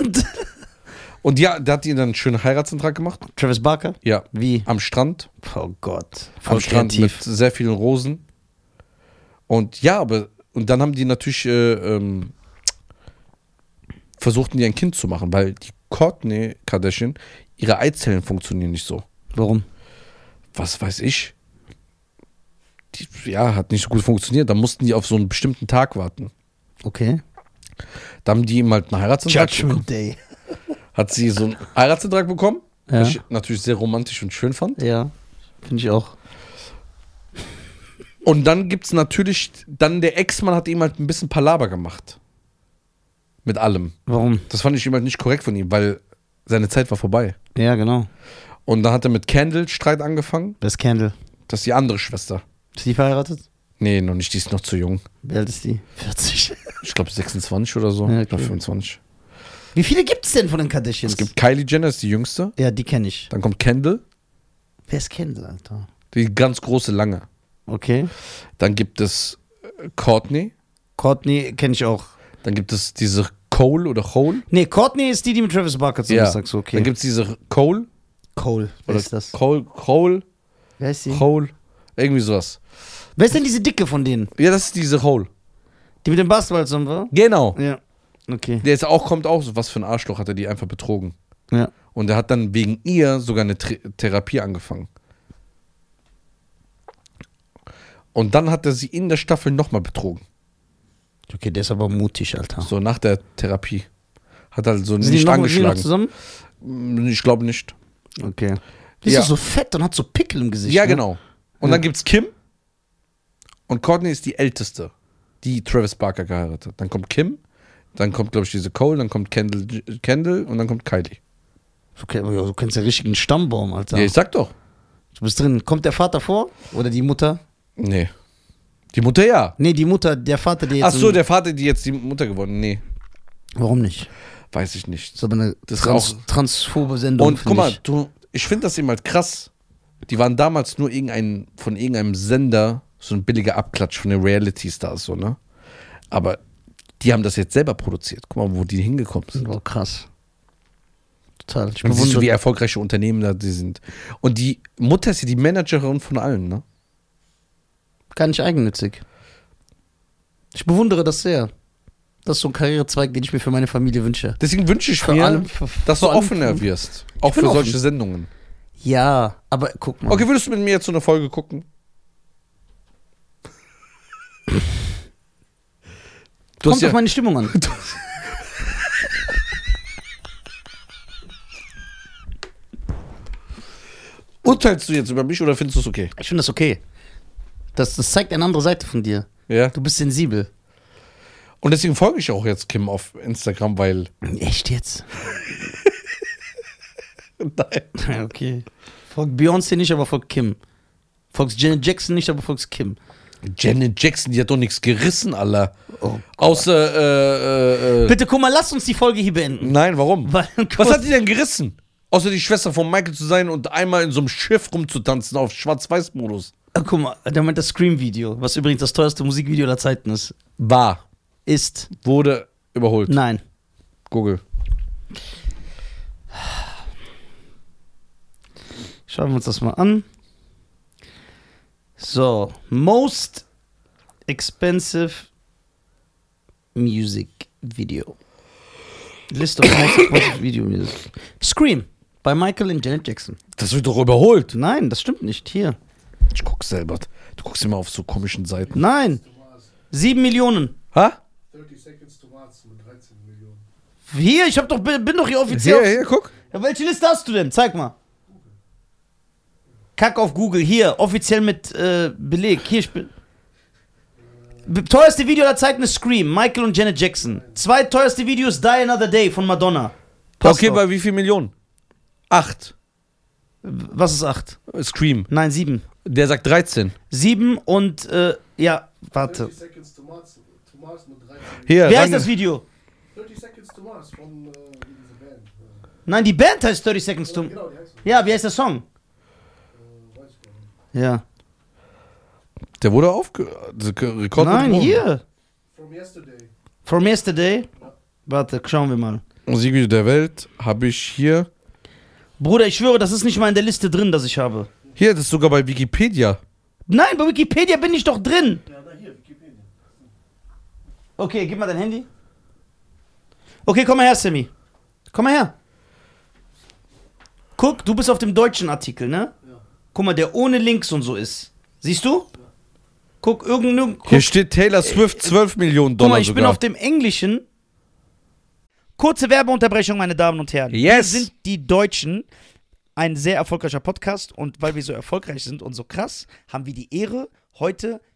B: Und
A: Und ja, der hat ihnen dann einen schönen Heiratsantrag gemacht.
B: Travis Barker?
A: Ja.
B: Wie?
A: Am Strand.
B: Oh Gott.
A: am Strand mit sehr vielen Rosen. Und ja, aber und dann haben die natürlich äh, ähm, versuchten die ein Kind zu machen, weil die Courtney Kardashian ihre Eizellen funktionieren nicht so.
B: Warum?
A: Was weiß ich? Die, ja, hat nicht so gut funktioniert. Da mussten die auf so einen bestimmten Tag warten.
B: Okay.
A: Da haben die ihm halt einen Heiratsantrag.
B: Judgment Day.
A: Hat sie so einen Heiratsantrag bekommen,
B: Ja.
A: was ich natürlich sehr romantisch und schön fand.
B: Ja. Finde ich auch.
A: Und dann gibt's natürlich, dann der Ex-Mann hat ihm halt ein bisschen Palaber gemacht. Mit allem.
B: Warum?
A: Das fand ich ihm halt nicht korrekt von ihm, weil seine Zeit war vorbei.
B: Ja, genau.
A: Und dann hat er mit Candle Streit angefangen.
B: Wer ist Candle?
A: Das ist die andere Schwester.
B: Ist die verheiratet?
A: Nee, noch nicht, die ist noch zu jung.
B: Wie alt ist die? 40.
A: Ich glaube 26 oder so.
B: Ja,
A: Ja,
B: okay.
A: 25.
B: Wie viele gibt's denn von den Kardashians?
A: Es gibt Kylie Jenner, ist die jüngste.
B: ja, die kenne ich.
A: Dann kommt Candle,
B: Wer ist Kendall, Alter?
A: die ganz große, lange.
B: Okay.
A: Dann gibt es äh, Courtney.
B: Courtney kenne ich auch.
A: Dann gibt es diese Cole oder Cole.
B: Nee, Courtney ist die, die mit Travis Barker zusammen ist, sagst du, okay.
A: Dann gibt es diese Cole.
B: Cole. Wer
A: Oder
B: ist das?
A: Cole, Cole,
B: Wer ist die?
A: Cole. Irgendwie sowas.
B: Wer ist denn diese Dicke von denen?
A: Ja, das ist diese Hole.
B: Die mit dem Basketball zusammen war?
A: Genau.
B: Ja. Okay.
A: Der ist auch, kommt auch so, was für ein Arschloch hat er die einfach betrogen.
B: Ja.
A: Und er hat dann wegen ihr sogar eine Tre- Therapie angefangen. Und dann hat er sie in der Staffel nochmal betrogen.
B: Okay, der ist aber mutig, Alter.
A: So nach der Therapie. Hat also
B: Sind die
A: nicht
B: noch, Sind die noch
A: angeschlagen.
B: zusammen?
A: Ich glaube nicht.
B: Okay. Die ist
A: Ja.
B: doch so fett und hat so Pickel im Gesicht.
A: ja,
B: ne?
A: genau. Und dann gibt's Kim. Und Courtney ist die älteste, die Travis Barker geheiratet. Dann kommt Kim, dann kommt, glaube ich, diese Cole, dann kommt Kendall, Kendall und dann kommt Kylie.
B: Du, kenn- ja, du kennst ja richtig einen Stammbaum, Alter.
A: Ja, ich sag doch.
B: Du bist drin. Kommt der Vater vor? Oder die Mutter?
A: Nee. Die Mutter ja.
B: Nee, die Mutter, der Vater, der jetzt.
A: Ach so,
B: ein-
A: der Vater, die jetzt die Mutter geworden. Nee,
B: Warum nicht?
A: weiß ich nicht.
B: Das ist aber eine
A: Das ist
B: trans
A: auch-
B: transphobe Sendung.
A: Und
B: find
A: guck mal,
B: ich.
A: du, ich finde das eben halt krass. Die waren damals nur irgendein, von irgendeinem Sender so ein billiger Abklatsch von den Reality-Stars, so, ne? Aber die haben das jetzt selber produziert. Guck mal, wo die hingekommen sind.
B: Boah, krass. Total. Ich
A: Dann siehst du, wie
B: bewundere.
A: erfolgreiche Unternehmen da die sind. Und die Mutter ist ja die Managerin von allen, ne?
B: Gar nicht eigennützig. Ich bewundere das sehr. Das ist so ein Karrierezweig, den ich mir für meine Familie wünsche.
A: Deswegen wünsche ich
B: Vor
A: mir,
B: allem- vor-
A: dass du
B: vor allem-
A: offener wirst. Auch
B: bin
A: für
B: offen.
A: solche Sendungen.
B: Ja, aber guck mal.
A: Okay, würdest du mit mir jetzt so eine Folge gucken? Du hast
B: Kommt
A: ja,
B: auf meine Stimmung an.
A: urteilst du jetzt über mich oder findest du es okay?
B: Ich finde das okay. Das, das zeigt eine andere Seite von dir.
A: Ja.
B: Du bist sensibel.
A: Und deswegen folge ich auch jetzt Kim auf Instagram, weil.
B: Echt jetzt?
A: Nein.
B: okay. Folgt Beyoncé nicht, aber folgt Kim. Folgt Janet Jackson nicht, aber folgt Kim.
A: Janet Jackson, die hat doch nichts gerissen, Alter.
B: Oh.
A: Außer. Äh, äh, äh,
B: Bitte, guck mal, lass uns die Folge hier beenden.
A: nein, warum?
B: Weil-
A: Was hat die denn gerissen? Außer die Schwester von Michael zu sein und einmal in so einem Schiff rumzutanzen auf Schwarz-Weiß-Modus.
B: Ah, Guck mal, der meint das Scream-Video, was übrigens das teuerste Musikvideo aller Zeiten ist.
A: War.
B: Ist.
A: Wurde überholt.
B: Nein.
A: Google.
B: Schauen wir uns das mal an. So, most expensive music video. List of most expensive video music. Scream bei Michael und Janet Jackson.
A: Das wird doch überholt.
B: Nein, das stimmt nicht. Hier.
A: Ich guck selber. Du guckst immer auf so komischen Seiten.
B: Nein. 7 Millionen.
A: Ha?
E: 30 Seconds to Mars mit 13 Millionen.
B: Hier, ich hab doch, bin bin doch hier offiziell.
A: Hier,
B: auf-
A: hier, guck.
B: Ja, welche Liste hast du denn? Zeig mal. Kack auf Google, hier, offiziell mit äh, Beleg. Hier, ich bin. B- Teuerste Video der Zeiten ist Scream, Michael und Janet Jackson. Zwei teuerste Videos Die Another Day von Madonna. Passt
A: okay,
B: doch.
A: bei wie viel Millionen? Acht.
B: Was ist acht?
A: Scream.
B: Nein, sieben.
A: Der sagt 13.
B: Sieben und, äh, ja, warte.
E: 30 Seconds to Mars, to Mars mit 13 Millionen.
A: Hier,
B: Wer
A: Rang-
B: heißt das Video?
E: 30 Seconds to Mars von äh, wie diese Band. Äh,
B: Nein, die Band heißt 30 Seconds to.
E: genau, die heißt so.
B: Ja, wie heißt der Song?
E: Äh, weiß ich gar nicht.
B: Ja.
A: Der wurde aufge... äh, Rekord
B: Nein,
A: gebrochen.
B: hier.
E: From yesterday.
B: From Yesterday. Warte, schauen wir mal.
A: Musikvideo der Welt habe ich hier.
B: Bruder, ich schwöre, das ist nicht mal in der Liste drin, das ich habe.
A: Hier, das ist sogar bei Wikipedia.
B: Nein, bei Wikipedia bin ich doch drin.
E: Ja, da hier, Wikipedia.
B: Okay, gib mal dein Handy. Okay, komm mal her, Sammy. Komm mal her. Guck, du bist auf dem deutschen Artikel, ne?
E: Ja.
B: Guck mal, der ohne Links und so ist. Siehst du? Guck, irgendein. Guck, Äh,
A: Hier steht Taylor Swift 12 Millionen
B: guck
A: Dollar
B: mal, ich
A: sogar.
B: bin auf dem englischen.
D: Kurze Werbeunterbrechung, meine Damen und Herren.
A: Yes.
D: Wir sind die Deutschen, ein sehr erfolgreicher Podcast. Und weil wir so erfolgreich sind und so krass, haben wir die Ehre, heute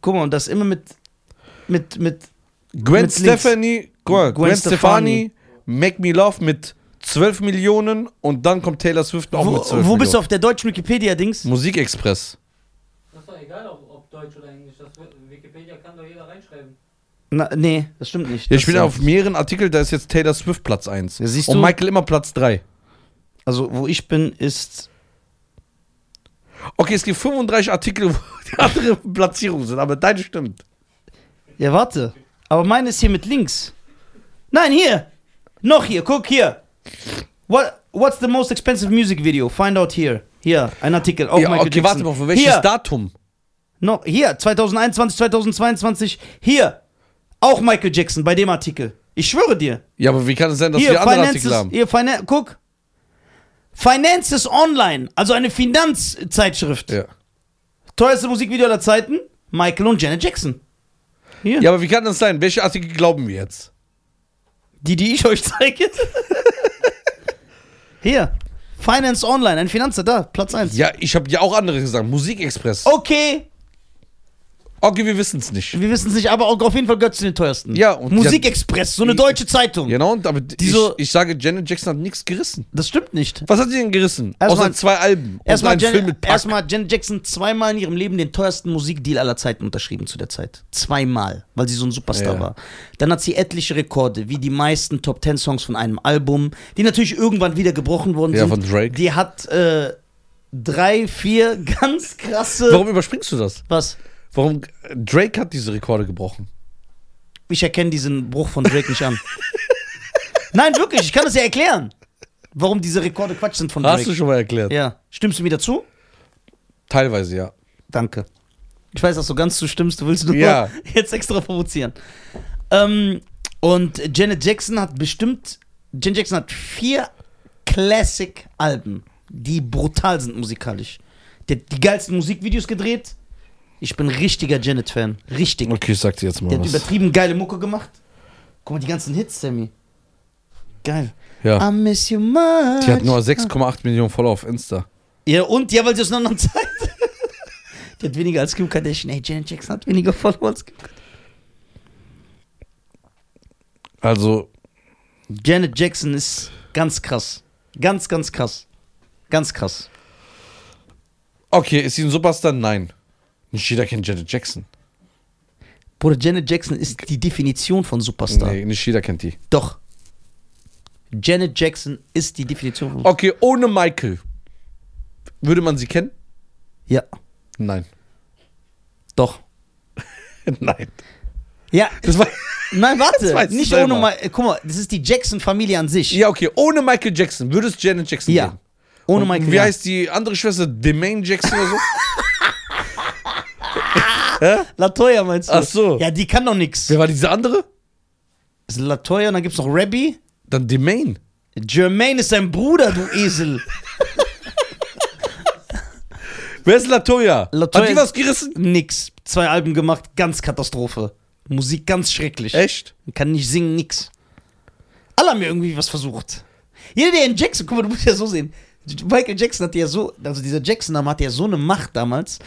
B: Guck mal, und das immer mit, mit, mit,
A: Gwen
B: Mit links.
A: Stefani, guck mal, Gwen,
B: Gwen
A: Stefani, Make Me Love mit 12 Millionen und dann kommt Taylor Swift auch
B: wo,
A: mit 12
B: wo bist du
A: Millionen.
B: auf der deutschen Wikipedia-Dings?
A: Musikexpress.
F: Das ist doch egal, ob, ob Deutsch oder Englisch. Das wird, Wikipedia kann doch jeder reinschreiben.
B: Na, nee, das stimmt nicht.
A: Ja,
B: Das
A: ich bin
B: ist-
A: auf mehreren Artikeln, da ist jetzt Taylor Swift Platz 1.
B: Ja, siehst
A: und
B: du?
A: Michael immer Platz 3.
B: Also, wo ich bin, ist.
A: Okay, es gibt 35 Artikel, wo die andere Platzierung sind, aber deine stimmt.
B: Ja, warte. Aber meine ist hier mit links. Nein, hier. Noch hier. Guck hier. What, what's the most expensive music video? Find out here. Hier, ein Artikel. Auch
A: ja,
B: Michael
A: okay, warte
B: Jackson.
A: mal, für welches
B: hier,
A: Datum?
B: noch, hier, 2021, 2022. Hier. Auch Michael Jackson bei dem Artikel. Ich schwöre dir.
A: Ja, aber wie kann es sein, dass
B: Hier,
A: wir andere
B: Finances,
A: Artikel haben?
B: hier, Finan guck. Finances Online, also eine Finanzzeitschrift.
A: Ja.
B: Teuerste Musikvideo aller Zeiten, Michael und Janet Jackson. Hier.
A: ja, aber wie kann das sein? Welche Artikel glauben wir jetzt?
B: Die, die ich euch zeige. Hier. Finance Online, ein Finanzer, da, Platz 1.
A: Ja, ich habe ja auch andere gesagt.
B: Oh.
A: Musikexpress.
B: Okay,
A: Okay, wir wissen es nicht.
B: wir wissen es nicht, aber auch auf jeden Fall Götz den teuersten.
A: Ja, und-
B: Musikexpress, so eine deutsche Zeitung.
A: Genau, und aber ich,
B: so-
A: ich sage, Janet Jackson hat nichts gerissen.
B: Das stimmt nicht.
A: Was hat sie denn gerissen?
B: Erstmal-
A: Außer zwei Alben und
B: Erstmal
A: einen Film
B: Jan
A: mit Park.
B: erstmal Janet Jackson zweimal in ihrem Leben den teuersten Musikdeal aller Zeiten unterschrieben zu der Zeit. Zweimal, weil sie so ein Superstar
A: Ja.
B: war. Dann hat sie etliche Rekorde, wie die meisten Top Ten Songs von einem Album, die natürlich irgendwann wieder gebrochen worden
A: Ja,
B: sind.
A: von Drake.
B: Die hat äh, drei, vier ganz krasse.
A: Warum überspringst du das?
B: Was?
A: Warum Drake hat diese Rekorde gebrochen?
B: Ich erkenne diesen Bruch von Drake nicht an. Nein, wirklich, ich kann das ja erklären. Warum diese Rekorde Quatsch sind von Drake.
A: Hast du schon mal erklärt?
B: ja. Stimmst du mir dazu?
A: Teilweise ja.
B: Danke. Ich weiß, dass du ganz zustimmst, du willst nur
A: Ja.
B: jetzt extra provozieren. Ähm, und Janet Jackson hat bestimmt, Janet Jackson hat vier Classic-Alben, die brutal sind musikalisch. Die, hat die geilsten Musikvideos gedreht. Ich bin richtiger Janet-Fan. Richtig.
A: Okay, ich sag dir jetzt
B: Der
A: mal
B: hat
A: was.
B: übertrieben geile Mucke gemacht. Guck mal, die ganzen Hits, Sammy. Geil.
A: Ja.
B: I miss you much.
A: Die hat nur 6,8 Millionen Follower auf Insta.
B: Ja, und? Ja, weil sie aus einer anderen Zeit. Die hat weniger als Kim Kardashian. Hey, Janet Jackson hat weniger Follower als Kim
A: Also,
B: Janet Jackson ist ganz krass. Ganz, ganz krass. Ganz krass.
A: okay, ist sie ein Superstar? Nein. Nicht jeder kennt Janet Jackson.
B: Bruder, Janet Jackson ist die Definition von Superstar.
A: Nee, nicht jeder kennt die.
B: Doch. Janet Jackson ist die Definition von
A: Okay, ohne Michael. Würde man sie kennen?
B: Ja,
A: Nein.
B: doch.
A: Nein.
B: Ja,
A: Das war,
B: nein,
A: Das
B: warte.
A: weißt du
B: Nicht
A: selber.
B: ohne mal. Guck mal, das ist die Jackson-Familie an sich.
A: ja, okay, ohne Michael Jackson würde es Janet Jackson
B: Ja.
A: geben.
B: Ohne
A: Und
B: Michael.
A: Wie
B: ja.
A: heißt die andere Schwester? Demaine Jackson oder so?
B: Latoya meinst du?
A: Ach so.
B: Ja, die kann doch nix.
A: Wer war diese andere?
B: Das ist Latoya und dann gibt's noch Rabbi.
A: Dann Demaine.
B: Jermaine ist sein Bruder, du Esel.
A: Wer ist Latoya?
B: Latoya
A: Hat die
B: ist-
A: was gerissen?
B: nix. Zwei Alben gemacht, ganz Katastrophe. Musik ganz schrecklich.
A: Echt?
B: Kann nicht singen, nix. Alle haben ja irgendwie was versucht. Jeder, der in Jackson, guck mal, du musst ja so sehen. J- Michael Jackson hatte ja so, also dieser Jackson-Name hatte ja so eine Macht damals,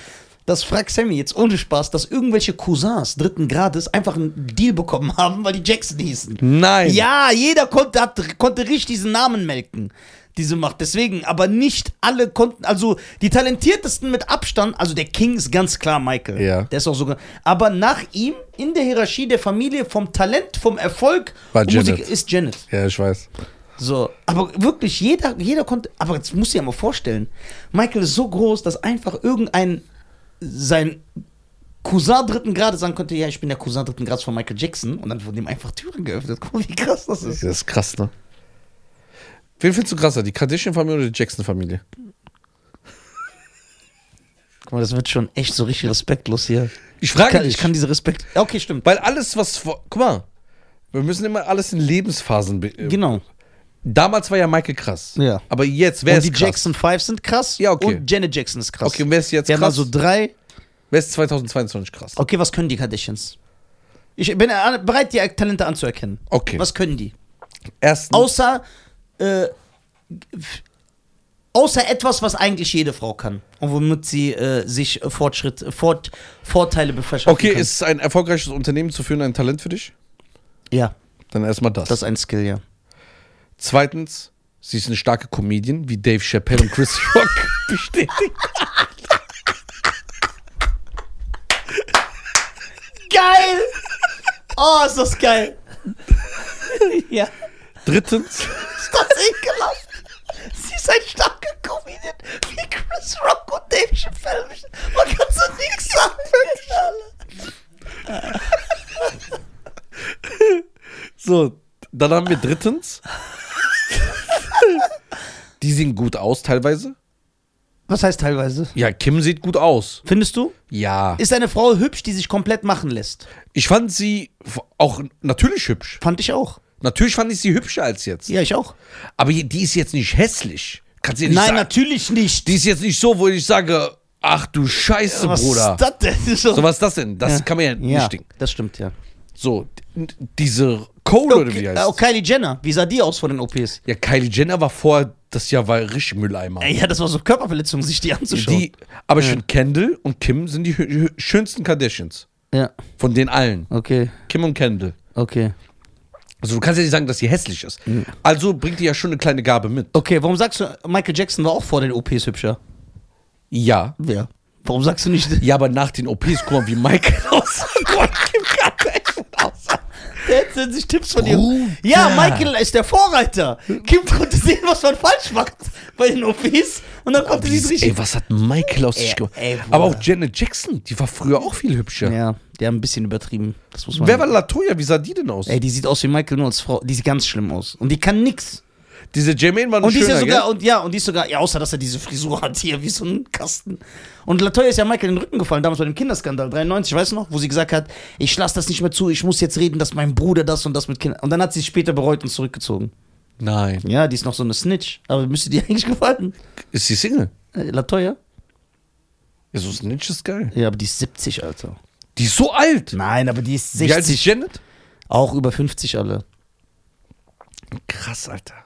B: dass Frag Sammy jetzt ohne Spaß, dass irgendwelche Cousins dritten Grades einfach einen Deal bekommen haben, weil die Jackson hießen.
A: Nein.
B: Ja, jeder konnte, hat, konnte richtig diesen Namen melken. diese Macht. Deswegen, aber nicht alle konnten, also die talentiertesten mit Abstand, also der King ist ganz klar Michael.
A: Ja.
B: Der ist auch sogar. Aber nach ihm in der Hierarchie der Familie vom Talent, vom Erfolg
A: War
B: und Musik
A: Janet.
B: ist Janet.
A: Ja, ich weiß.
B: So, aber wirklich jeder, jeder konnte. Aber jetzt muss ich ja mal vorstellen, Michael ist so groß, dass einfach irgendein sein Cousin dritten Grades sagen könnte, ja, ich bin der Cousin dritten Grades von Michael Jackson und dann wurden ihm einfach Türen geöffnet. Guck mal, wie krass das
A: Das
B: ist.
A: ist krass, ne? Wen findest du krasser, die Kardashian-Familie oder die Jackson-Familie?
B: Guck mal, das wird schon echt so richtig respektlos hier.
A: Ich
B: Ich
A: frage
B: kann,
A: dich.
B: ich kann diese Respekt. Okay, stimmt.
A: weil alles, was vor. Guck mal, wir müssen immer alles in Lebensphasen. be- äh,
B: Genau.
A: Damals war ja Michael krass.
B: Ja.
A: Aber jetzt, wer
B: und die
A: ist krass?
B: Jackson Five sind krass.
A: Ja, okay.
B: Und Janet Jackson ist krass.
A: Okay, und wer ist jetzt
B: Wir haben
A: krass?
B: also drei.
A: wer ist 2022 krass?
B: Okay, was können die Kardashians? Ich bin an- bereit, die Talente anzuerkennen.
A: Okay. Hm.
B: Was können die?
A: Erstens.
B: Außer, äh, f- außer etwas, was eigentlich jede Frau kann. Und womit sie äh, sich Fortschritt, Fort, Vorteile verschaffen
A: okay,
B: kann.
A: ist es ein erfolgreiches Unternehmen zu führen ein Talent für dich?
B: Ja,
A: Dann erstmal das.
B: das ist ein Skill, ja.
A: Zweitens, sie ist eine starke Comedian, wie Dave Chappelle und Chris Rock bestätigt.
B: Geil! Oh, ist das geil! ja,
A: Drittens,
B: ist das ekelhaft! Sie ist ein starker Comedian wie Chris Rock und Dave Chappelle. Man kann so nichts sagen.
A: so, dann haben wir drittens. Die sehen gut aus teilweise.
B: Was heißt teilweise?
A: Ja, Kim sieht gut aus.
B: Findest du?
A: Ja.
B: Ist eine Frau hübsch, die sich komplett machen lässt?
A: Ich fand sie f- auch natürlich hübsch.
B: Fand ich auch.
A: Natürlich fand ich sie hübscher als jetzt.
B: Ja, ich auch.
A: Aber die ist jetzt nicht hässlich. Kannst du dir nicht
B: Nein,
A: sagen.
B: natürlich nicht.
A: Die ist jetzt nicht so, wo ich sage, ach du Scheiße,
B: was
A: Bruder.
B: ist das denn?
A: So, was ist das denn? Das kann man ja,
B: ja,
A: nicht denken.
B: das stimmt, ja.
A: So, d- diese Cole oder wie die
B: Äh,
A: heißt.
B: auch Kylie Jenner, wie sah die aus vor den OPs?
A: Ja, Kylie Jenner war vorher, das Jahr war richtig Mülleimer.
B: Ey, Ja, das war so Körperverletzung, sich die anzuschauen.
A: die, aber ich finde, Kendall und Kim sind die hö- hö- schönsten Kardashians.
B: ja,
A: Von den allen.
B: okay,
A: Kim und Kendall.
B: okay.
A: Also, du kannst ja nicht sagen, dass sie hässlich ist. Also bringt die ja schon eine kleine Gabe mit.
B: Okay, warum sagst du, Michael Jackson war auch vor den OPs hübscher?
A: Ja.
B: Ja. Warum sagst du nicht,
A: Ja, aber nach den OPs, guck mal, wie Michael aussah. Guck mal, Kim Kardashian aussah.
B: der hätte sich Tipps von dir.
A: Bruder.
B: Ja, Michael ist der Vorreiter. Kim konnte sehen, was man falsch macht bei den OPs und dann konnte sie es
A: Dieses,
B: richtig.
A: ey, was hat Michael aus sich gemacht?
B: ey, Bruder.
A: Aber auch Janet Jackson, die war früher auch viel hübscher.
B: Ja, die haben ein bisschen übertrieben. Das muss man
A: Wer war Latoya? Wie sah die denn aus?
B: Ey, die sieht aus wie Michael nur als Frau. Die sieht ganz schlimm aus. Und die kann nix.
A: Diese Jermaine war noch
B: Und die ist
A: schöner,
B: ja sogar,
A: gell?
B: und ja, und die ist sogar, ja, außer dass er diese Frisur hat hier, wie so ein Kasten. Und Latoya ist ja Michael in den Rücken gefallen, damals bei dem Kinderskandal, 93, weißt du noch, wo sie gesagt hat, ich lasse das nicht mehr zu, ich muss jetzt reden, dass mein Bruder das und das mit Kindern. Und dann hat sie es später bereut und zurückgezogen.
A: Nein.
B: Ja, die ist noch so eine Snitch, aber müsste dir eigentlich gefallen.
A: Ist sie Single?
B: Äh, Latoya?
A: Ja, so Snitch ist geil.
B: Ja, aber die ist 70, Alter.
A: Die ist so alt.
B: Nein, aber die ist
A: Wie alt ist
B: 60.
A: Janet?
B: Auch über 50 alle.
A: Krass, Alter.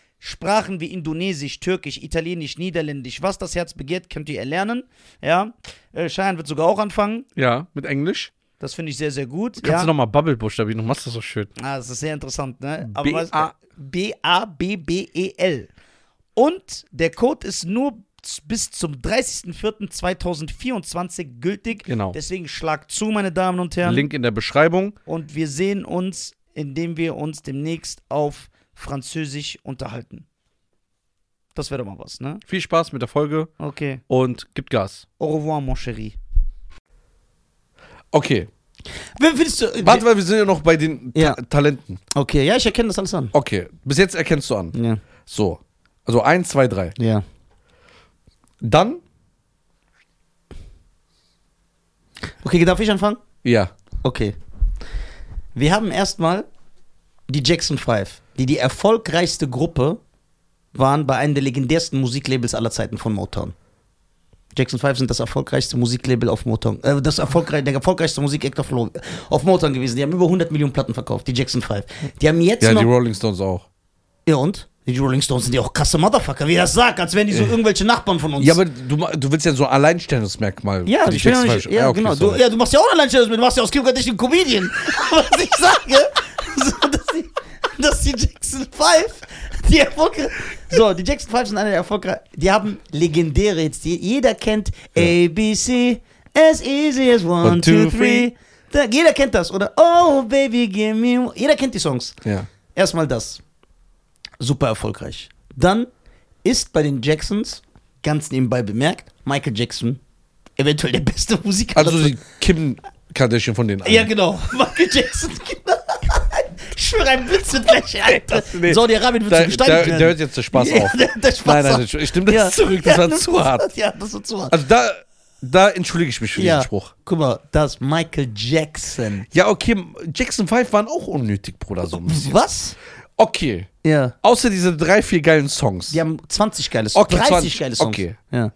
D: Sprachen wie Indonesisch, Türkisch, Italienisch, Niederländisch, was das Herz begehrt, könnt ihr erlernen. Ja, äh, Schein wird sogar auch anfangen.
C: Ja, mit Englisch.
D: Das finde ich sehr, sehr gut.
C: Kannst du nochmal Bubble buchstabieren? Du machst das so schön.
D: Ah, das ist sehr interessant, ne?
C: B-
D: was-
C: A-
D: B-A-B-B-E-L. E Und der Code ist nur z- bis zum 30.04.2024 gültig.
C: Genau.
D: Deswegen schlag zu, meine Damen und Herren.
C: Link in der Beschreibung.
D: Und wir sehen uns, indem wir uns demnächst auf Französisch unterhalten. Das wäre doch mal was, ne?
C: Viel Spaß mit der Folge
D: Okay.
C: und gibt Gas.
D: Au revoir, mon chéri.
A: Okay,
B: Wen findest du.
A: warte, weil wir sind ja noch bei den Ta
B: Ja.
A: Talenten.
B: Okay, ja, ich erkenne das alles an.
A: Okay, bis jetzt erkennst du an.
B: Ja.
A: So, also 1, 2, 3.
B: Ja.
A: Dann,
B: Okay, darf ich anfangen?
A: ja,
B: Okay. Wir haben erstmal die Jackson 5, die die erfolgreichste Gruppe waren bei einem der legendärsten Musiklabels aller Zeiten von Motown. Jackson 5 sind das erfolgreichste Musiklabel auf Motown, äh, das erfolgreich, der erfolgreichste Musikact auf, Lo- auf Motown gewesen. Die haben über 100 Millionen Platten verkauft, die Jackson 5. Die haben jetzt
A: ja,
B: noch...
A: die Rolling Stones auch.
B: ja und? Die Rolling Stones sind ja auch krasse Motherfucker, wie das sagt, als wären die so irgendwelche Nachbarn von uns.
A: Ja, aber du, ma- du willst ja so ein Alleinstellungsmerkmal.
B: Ja,
A: für die
B: ich bin ja
A: Jackson
B: nicht,
A: Five-
B: ja,
A: okay,
B: genau. Du,
A: sorry.
B: ja, du machst ja auch Online-Channels mit, du machst ja aus Kim Kardashian einen Comedian. Was ich sage, so, dass, die, dass die Jackson 5, die erfolgreich, so, die Jackson 5 sind eine der erfolgreich, die haben legendäre Hits, die jeder kennt. A, B, C, as easy as one,
A: One,
B: two,
A: two,
B: three. Da, jeder kennt das, oder? Oh, baby, give me, one. jeder kennt die Songs.
A: ja.
B: Erstmal das. Super erfolgreich. Dann ist bei den Jacksons, ganz nebenbei bemerkt, Michael Jackson eventuell der beste Musiker.
A: Also
B: aller-
A: die Kim Kardashian von denen.
B: ja, genau. Michael Jackson, genau. Ich schwöre, ein Blitz wird gleich, Alter.
A: nee.
B: Saudi-Arabien wird
A: Da,
B: so
A: da,
B: gesteinigt
A: da hört
B: werden.
A: jetzt der Spaß
B: Ja,
A: auf.
B: der- der Spaß
A: nein, nein,
B: auf.
A: ich- ich stimme das zurück, das war zu hart.
B: Ja, das war zu hart.
A: Also da, da entschuldige ich mich für
B: ja,
A: den Spruch.
B: guck mal, das Michael Jackson.
A: Ja, okay, Jackson 5 waren auch unnötig, Bruder, so ein bisschen.
B: Was?
A: Okay,
B: Ja.
A: außer diese drei, vier geilen Songs.
B: Die haben 20 geile Songs,
A: Okay,
B: 30
A: 20,
B: geile Songs.
A: okay.
B: Ja.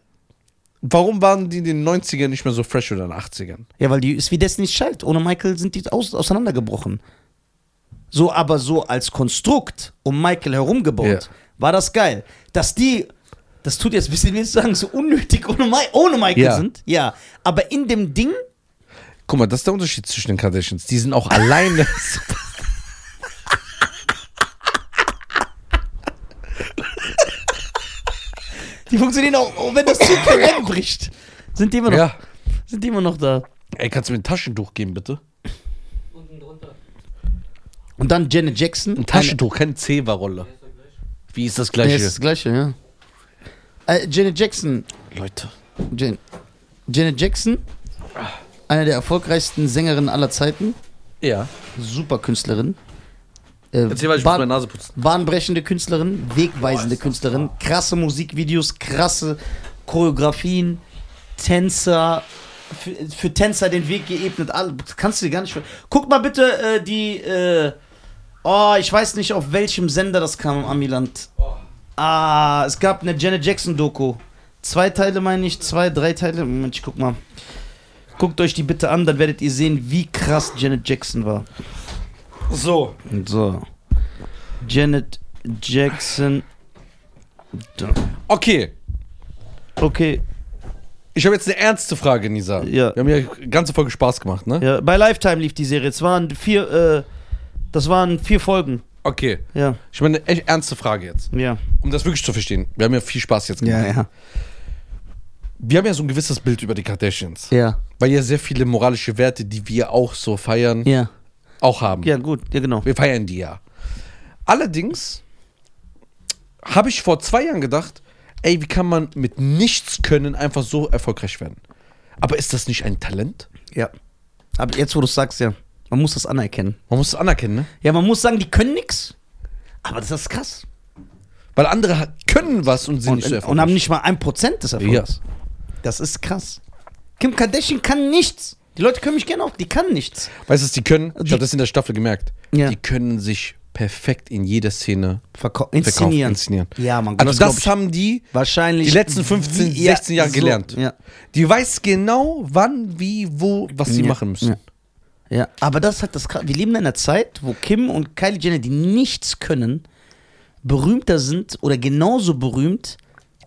A: Warum waren die in den 90ern nicht mehr so fresh oder in den 80ern?
B: Ja, weil die ist wie Destiny's Child. Ohne Michael sind die aus, auseinandergebrochen. So, aber so als Konstrukt um Michael herumgebaut,
A: Ja.
B: war das geil. Dass die, das tut jetzt ein bisschen weh zu sagen, so unnötig ohne, Mi ohne Michael
A: Ja.
B: sind. Ja, aber in dem Ding,
A: Guck mal, das ist der Unterschied zwischen den Kardashians. Die sind auch alleine.
B: die funktionieren auch, auch wenn das zu bricht. Sind die, immer noch,
A: ja.
B: sind die immer noch da.
A: Ey, kannst du mir ein Taschentuch geben, bitte?
F: Unten drunter.
B: Und dann Janet Jackson.
A: Ein Taschentuch, keine Zewa-Rolle.
F: Der ist doch gleich.
A: Wie ist das gleiche?
B: Eine, ja, ist das Gleiche, ja. Äh, Janet Jackson
A: Leute.
B: Jan Janet Jackson, eine der erfolgreichsten Sängerinnen aller Zeiten,
A: Ja.
B: super Künstlerin. Äh,
A: Erzähl mal, ich muss
B: bahn-
A: meine Nase putzen.
B: bahnbrechende Künstlerin, wegweisende Künstlerin, krasse Musikvideos, krasse Choreografien, Tänzer, für, für Tänzer den Weg geebnet. Alle, das kannst du dir gar nicht vor- Guck mal bitte äh, die, äh, oh, ich weiß nicht, auf welchem Sender das kam im Amiland.
A: Oh.
B: Ah, es gab eine Janet Jackson-Doku. Zwei Teile meine ich, zwei, drei Teile. Moment, ich guck mal. Guckt euch die bitte an, dann werdet ihr sehen, wie krass Janet Jackson war.
A: So.
B: So. Janet Jackson. Da.
A: Okay,
B: Okay,
A: ich habe jetzt eine ernste Frage, Nisa.
B: Ja.
A: Wir haben ja die ganze Folge Spaß gemacht, ne?
B: ja. Bei Lifetime lief die Serie. Es waren vier, äh, das waren vier Folgen.
A: Okay.
B: Ja,
A: Ich meine, eine echt ernste Frage jetzt.
B: ja.
A: Um das wirklich zu verstehen. Wir haben ja viel Spaß jetzt gemacht.
B: ja.
A: Wir haben ja so ein gewisses Bild über die Kardashians.
B: Ja,
A: Weil ja sehr viele moralische Werte, die wir auch so feiern,
B: ja.
A: auch haben.
B: Ja, gut, ja, genau.
A: Wir feiern die ja. Allerdings habe ich vor zwei Jahren gedacht, ey, wie kann man mit nichts können einfach so erfolgreich werden? Aber ist das nicht ein Talent?
B: Ja. Aber jetzt, wo du es sagst, ja. Man muss das anerkennen.
A: Man muss es anerkennen, ne?
B: Ja, man muss sagen, die können nix. Aber das ist krass.
A: Weil andere ha- können was und sind
B: Und,
A: nicht so
B: und
A: erfolgreich.
B: haben nicht mal ein Prozent des Erfolgs.
A: yes.
B: Das ist krass. Kim Kardashian kann nichts. Die Leute können mich gerne auch, die kann nichts.
A: Weißt du, was die können? Ich
B: Die-
A: habe das in der Staffel gemerkt.
B: Ja.
A: Die können sich perfekt in jeder Szene
B: Verkau
A: verkaufen,
B: inszenieren.
A: inszenieren.
B: Ja, man
A: also das, haben die
B: wahrscheinlich
A: die letzten 15,
B: wie- ja,
A: 16 Jahre
B: so,
A: gelernt.
B: Ja,
A: Die weiß genau, wann, wie, wo, was sie
B: Ja,
A: machen müssen.
B: ja. ja, aber das hat das Kra- wir leben in einer Zeit, wo Kim und Kylie Jenner, die nichts können, berühmter sind oder genauso berühmt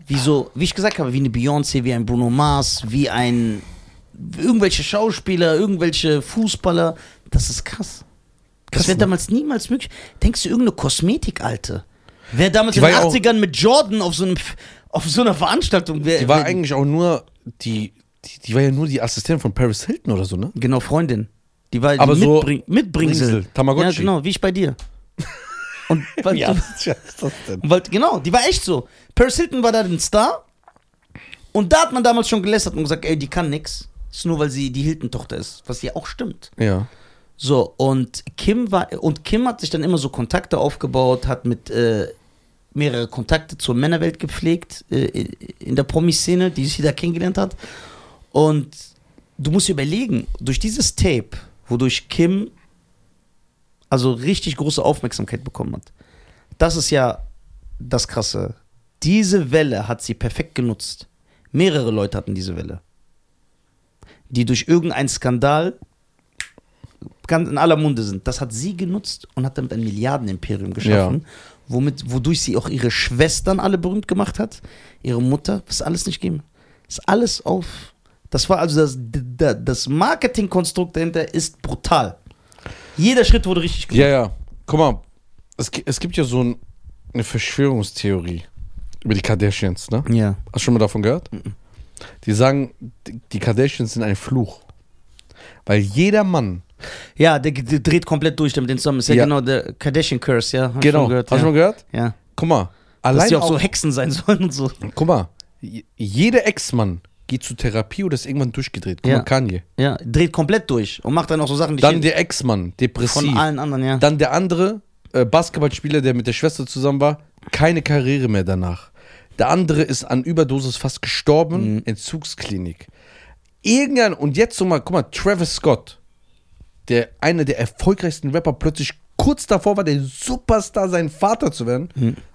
B: wie so, wie ich gesagt habe, wie eine Beyoncé, wie ein Bruno Mars, wie ein irgendwelche Schauspieler, irgendwelche Fußballer. Das ist krass.
A: Krass,
B: das wäre
A: ne?
B: damals niemals möglich. Denkst du, irgendeine Kosmetik, Alte? Wäre damals
A: Die
B: in den
A: war ja auch-
B: 80ern mit Jordan auf so, einem, auf so einer Veranstaltung. Wär,
A: Die war
B: wär-
A: eigentlich auch nur die, die, die war ja nur die Assistentin von Paris Hilton oder so, ne?
B: Genau, Freundin. Die war
A: Aber
B: die
A: so-
B: Mitbring Mitbringsel.
A: Bringsel, Tamagotchi.
B: Ja, genau, wie ich bei dir. Und weil,
A: tja, was ist das denn?
B: weil, genau, die war echt so. Paris Hilton war da ein Star. Und da hat man damals schon gelästert und gesagt, ey, die kann nix. Ist nur, weil sie die Hilton-Tochter ist. Was ja auch stimmt.
A: Ja.
B: So, und Kim war, und Kim hat sich dann immer so Kontakte aufgebaut, hat mit äh, mehrere Kontakte zur Männerwelt gepflegt, äh, in der Promiszene, die sie da kennengelernt hat. Und du musst dir überlegen, durch dieses Tape, wodurch Kim also richtig große Aufmerksamkeit bekommen hat, das ist ja das Krasse. Diese Welle hat sie perfekt genutzt. Mehrere Leute hatten diese Welle. Die durch irgendeinen Skandal ganz in aller Munde sind. Das hat sie genutzt und hat damit ein Milliardenimperium geschaffen, womit, wodurch sie auch ihre Schwestern alle berühmt gemacht hat, ihre Mutter, was alles nicht geben. Ist alles auf. Das war also das, da- das Marketingkonstrukt dahinter ist brutal. Jeder Schritt wurde richtig gemacht.
A: Ja, ja. Guck mal, es, gi- es gibt ja so ein, eine Verschwörungstheorie über die Kardashians, ne?
B: Ja.
A: Hast du schon mal davon gehört?
B: Mhm.
A: Die sagen, die die Kardashians sind ein Fluch. Weil jeder Mann,
B: Ja, der, der dreht komplett durch, der mit den zusammen ist. Ja,
A: Ja.
B: genau, der Kardashian Curse, ja. Hab ich
A: genau,
B: schon gehört,
A: hast du
B: ja.
A: mal gehört?
B: ja.
A: Guck mal,
B: Dass
A: allein
B: die auch
A: auch,
B: so Hexen sein sollen und so.
A: guck mal, j- jeder Ex-Mann geht zur Therapie oder ist irgendwann durchgedreht. Guck
B: Ja.
A: mal, Kanye.
B: Ja, dreht komplett durch und macht dann auch so Sachen, die
A: Dann
B: ich-
A: der Ex-Mann, depressiv.
B: von allen anderen, ja.
A: Dann der andere äh, Basketballspieler, der mit der Schwester zusammen war, keine Karriere mehr danach. Der andere ist an Überdosis fast gestorben, Entzugsklinik. Irgendein, und jetzt so mal, guck mal, Travis Scott, der einer der erfolgreichsten Rapper, plötzlich kurz davor war, der Superstar, sein Vater zu werden.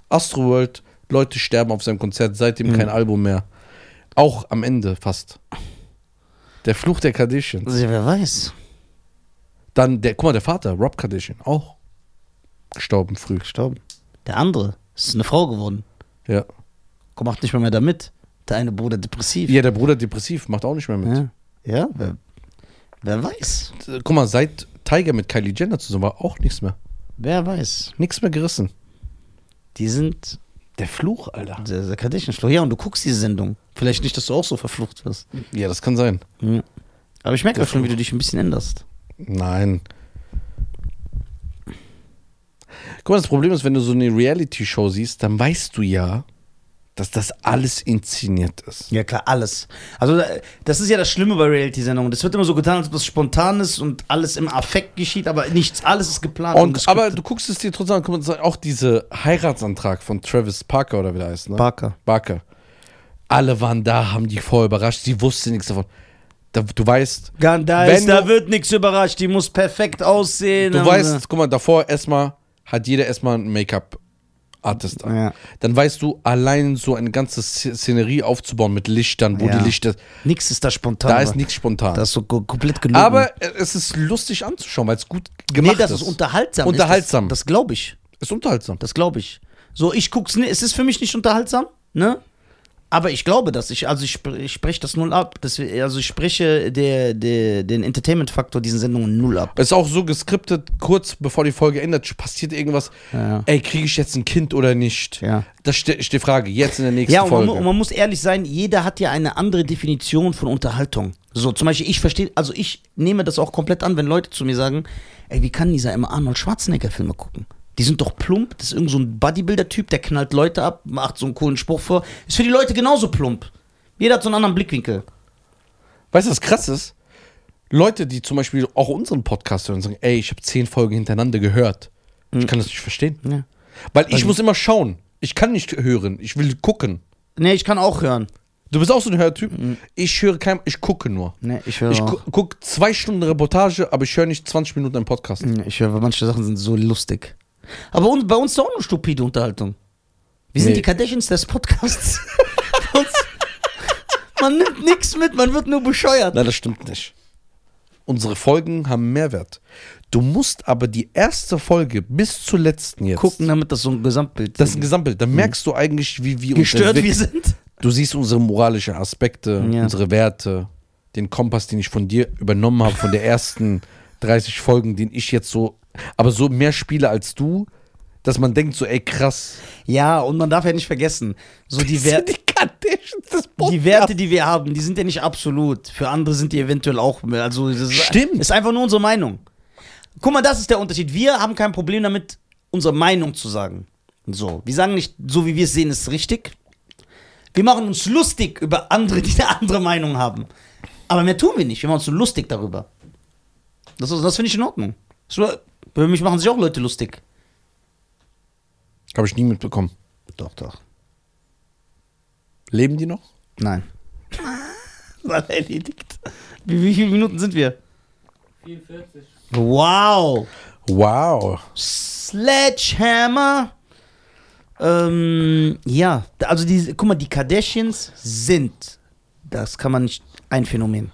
A: Astroworld, Leute sterben auf seinem Konzert, seitdem kein Album mehr. Auch am Ende fast. Der Fluch der Kardashians.
B: Also, wer weiß.
A: Dann der, guck mal, der Vater, Rob Kardashian, auch gestorben früh.
B: Gestorben. Der andere ist eine Frau geworden.
A: Ja.
B: Komm, macht nicht mehr, mehr damit. Der eine Bruder depressiv.
A: Ja, der Bruder depressiv, macht auch nicht mehr mit.
B: ja. Ja, wer, wer weiß.
A: Äh, Guck mal, seit Tiger mit Kylie Jenner zusammen war, auch nichts mehr.
B: Wer weiß.
A: Nichts mehr gerissen.
B: Die sind
A: Der Fluch, Alter.
B: der, der Kardashian-Schluch. Ja, und du guckst diese Sendung. Vielleicht nicht, dass du auch so verflucht wirst.
A: Ja, das kann sein.
B: Ja. Aber ich merke
A: Der
B: auch schon, wie
A: Fluch.
B: du dich ein bisschen änderst.
A: Nein. Guck mal, das Problem ist, wenn du so eine Reality-Show siehst, dann weißt du ja, dass das alles inszeniert ist.
B: Ja, klar, alles. Also, da- das ist ja das Schlimme bei Reality-Sendungen. Das wird immer so getan, als ob es spontan ist und alles im Affekt geschieht, aber nichts, alles ist geplant.
A: Und, aber
B: gescriptet.
A: du guckst es dir trotzdem an, guck mal, auch dieser Heiratsantrag von Travis Parker oder wie der heißt, ne?
B: Parker.
A: Barker. Alle waren da, haben die voll überrascht. Sie wussten nichts davon. Da, du weißt,
B: Gandalf,
A: Wenn
B: da
A: du-
B: wird nichts überrascht. Die muss perfekt aussehen.
A: du
B: Und- äh,
A: weißt, guck mal, davor erstmal hat jeder erstmal einen Make-up-Artist an.
B: Ja.
A: Dann weißt du, allein so eine ganze Sz- Szenerie aufzubauen mit Lichtern, wo
B: Ja.
A: die Lichter.
B: Nix ist da spontan.
A: Da
B: aber
A: ist nichts spontan.
B: Das ist so ko- komplett gelogen.
A: aber es ist lustig anzuschauen, weil es gut gemacht
B: nee, das
A: ist.
B: ist unterhaltsam.
A: Unterhaltsam.
B: Ist das das glaube ich.
A: ist unterhaltsam.
B: Das glaube ich. So, ich guck's nicht. Es ist für mich nicht unterhaltsam, ne? Aber ich glaube das. Ich, also ich, spr- ich spreche das null ab. Das, also ich spreche der, der, den Entertainment-Faktor diesen Sendungen null ab.
A: Ist auch so geskriptet, kurz bevor die Folge endet, passiert irgendwas.
B: Ja.
A: Ey, kriege ich jetzt ein Kind oder nicht?
B: Ja.
A: Das ste- ist die Frage, jetzt in der nächsten
B: Ja, und man,
A: Folge.
B: mu- und man muss ehrlich sein, jeder hat ja eine andere Definition von Unterhaltung. So, zum Beispiel, ich verstehe, also ich nehme das auch komplett an, wenn Leute zu mir sagen, ey, wie kann dieser immer Arnold Schwarzenegger-Filme gucken? Die sind doch plump, das ist irgend so ein Bodybuilder-Typ, der knallt Leute ab, macht so einen coolen Spruch vor. Ist für die Leute genauso plump. Jeder hat so einen anderen Blickwinkel.
A: weißt du, was krass ist? Leute, die zum Beispiel auch unseren Podcast hören und sagen, ey, ich habe zehn Folgen hintereinander gehört. Ich kann das nicht verstehen.
B: Ja.
A: Weil ich muss immer schauen. Ich kann nicht hören. Ich will gucken.
B: Nee, ich kann auch hören.
A: Du bist auch so ein Hörtyp. Ich höre kein, ich gucke nur.
B: Nee, ich höre
A: Ich gu
B: auch.
A: gucke zwei Stunden Reportage, aber ich höre nicht 20 Minuten einen Podcast.
B: Ja, Ich höre, weil manche Sachen sind so lustig. Aber un bei uns ist auch nur stupide Unterhaltung. Wir sind
A: Nee.
B: die Kardashians des Podcasts. Bei uns, man nimmt nichts mit, man wird nur bescheuert.
A: Nein, das stimmt nicht. Unsere Folgen haben Mehrwert. Du musst aber die erste Folge bis zur letzten jetzt
B: Gucken, damit das so ein Gesamtbild
A: Das ist ein Gesamtbild. Dann merkst du eigentlich, Mhm. wie wir uns
B: gestört wir
A: entwickeln.
B: sind.
A: Du siehst unsere moralischen Aspekte,
B: Ja.
A: unsere Werte, den Kompass, den ich von dir übernommen habe, von der ersten 30 Folgen, den ich jetzt so, aber so mehr spiele als du, dass man denkt so, ey krass,
B: Ja, und man darf ja nicht vergessen, so die, Wer
A: die Kardashians des
B: die Werte, die wir haben, die sind ja nicht absolut. Für andere sind die eventuell auch. Also, das ist-
A: Stimmt.
B: Ist einfach nur unsere Meinung. Guck mal, das ist der Unterschied. Wir haben kein Problem damit, unsere Meinung zu sagen. So. Wir sagen nicht, so wie wir es sehen, ist richtig. Wir machen uns lustig über andere, die eine andere Meinung haben. Aber mehr tun wir nicht. Wir machen uns nur lustig darüber. Das, ist- das finde ich in Ordnung. So, Über mich machen sich auch Leute lustig.
A: Habe ich nie mitbekommen.
B: Doch, doch.
A: Leben die noch?
B: Nein. War erledigt. Wie, wie viele Minuten sind wir?
F: 44.
B: Wow.
A: Wow.
B: Sledgehammer. Ähm, ja, da- also die, guck mal, die Kardashians sind, das kann man nicht, ein Phänomen.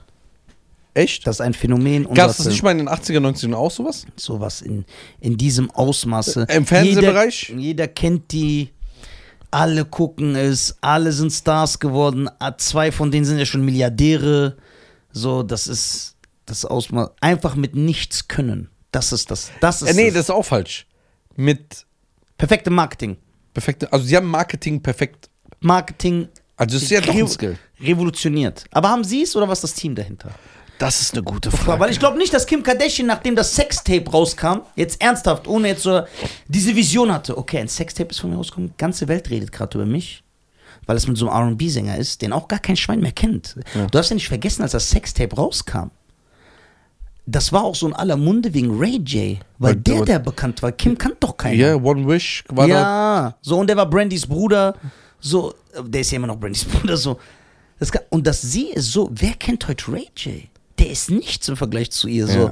A: Echt?
B: Das ist ein Phänomen. und
A: Gab es
B: was
A: das nicht mal in den 80er, 90ern auch sowas?
B: sowas in, in diesem Ausmaße.
A: Äh, im Fernsehbereich?
B: Jeder, jeder kennt die, alle gucken es, alle sind Stars geworden, ah, zwei von denen sind ja schon Milliardäre. So, das ist das Ausmaß. Einfach mit nichts können. Das ist das. Das ist
A: Äh, nee,
B: es.
A: das ist auch falsch. Mit
B: perfekte Marketing.
A: perfekte, also sie haben Marketing perfekt.
B: Marketing
A: Also es ist ja doch ein Skill.
B: revolutioniert. Aber haben sie es oder was ist das Team dahinter?
A: Das ist eine gute
B: Weil ich glaube nicht, dass Kim Kardashian, nachdem das Sextape rauskam, jetzt ernsthaft, ohne jetzt so diese Vision hatte. Okay, ein Sextape ist von mir rausgekommen, die ganze Welt redet gerade über mich. Weil es mit so einem RB-Sänger ist, den auch gar kein Schwein mehr kennt. Du darfst ja nicht vergessen, als das Sextape rauskam, das war auch so in aller Munde wegen Ray J. Weil
A: Weil
B: der,
A: du-
B: der bekannt war. Kim kannte doch keinen.
A: Ja, One Wish war da.
B: ja, so und der war Brandys Bruder, so äh, der ist ja immer noch Brandys Bruder so. Das kann, und dass sie ist so, wer kennt heute Ray J? Der ist nichts im Vergleich zu ihr so.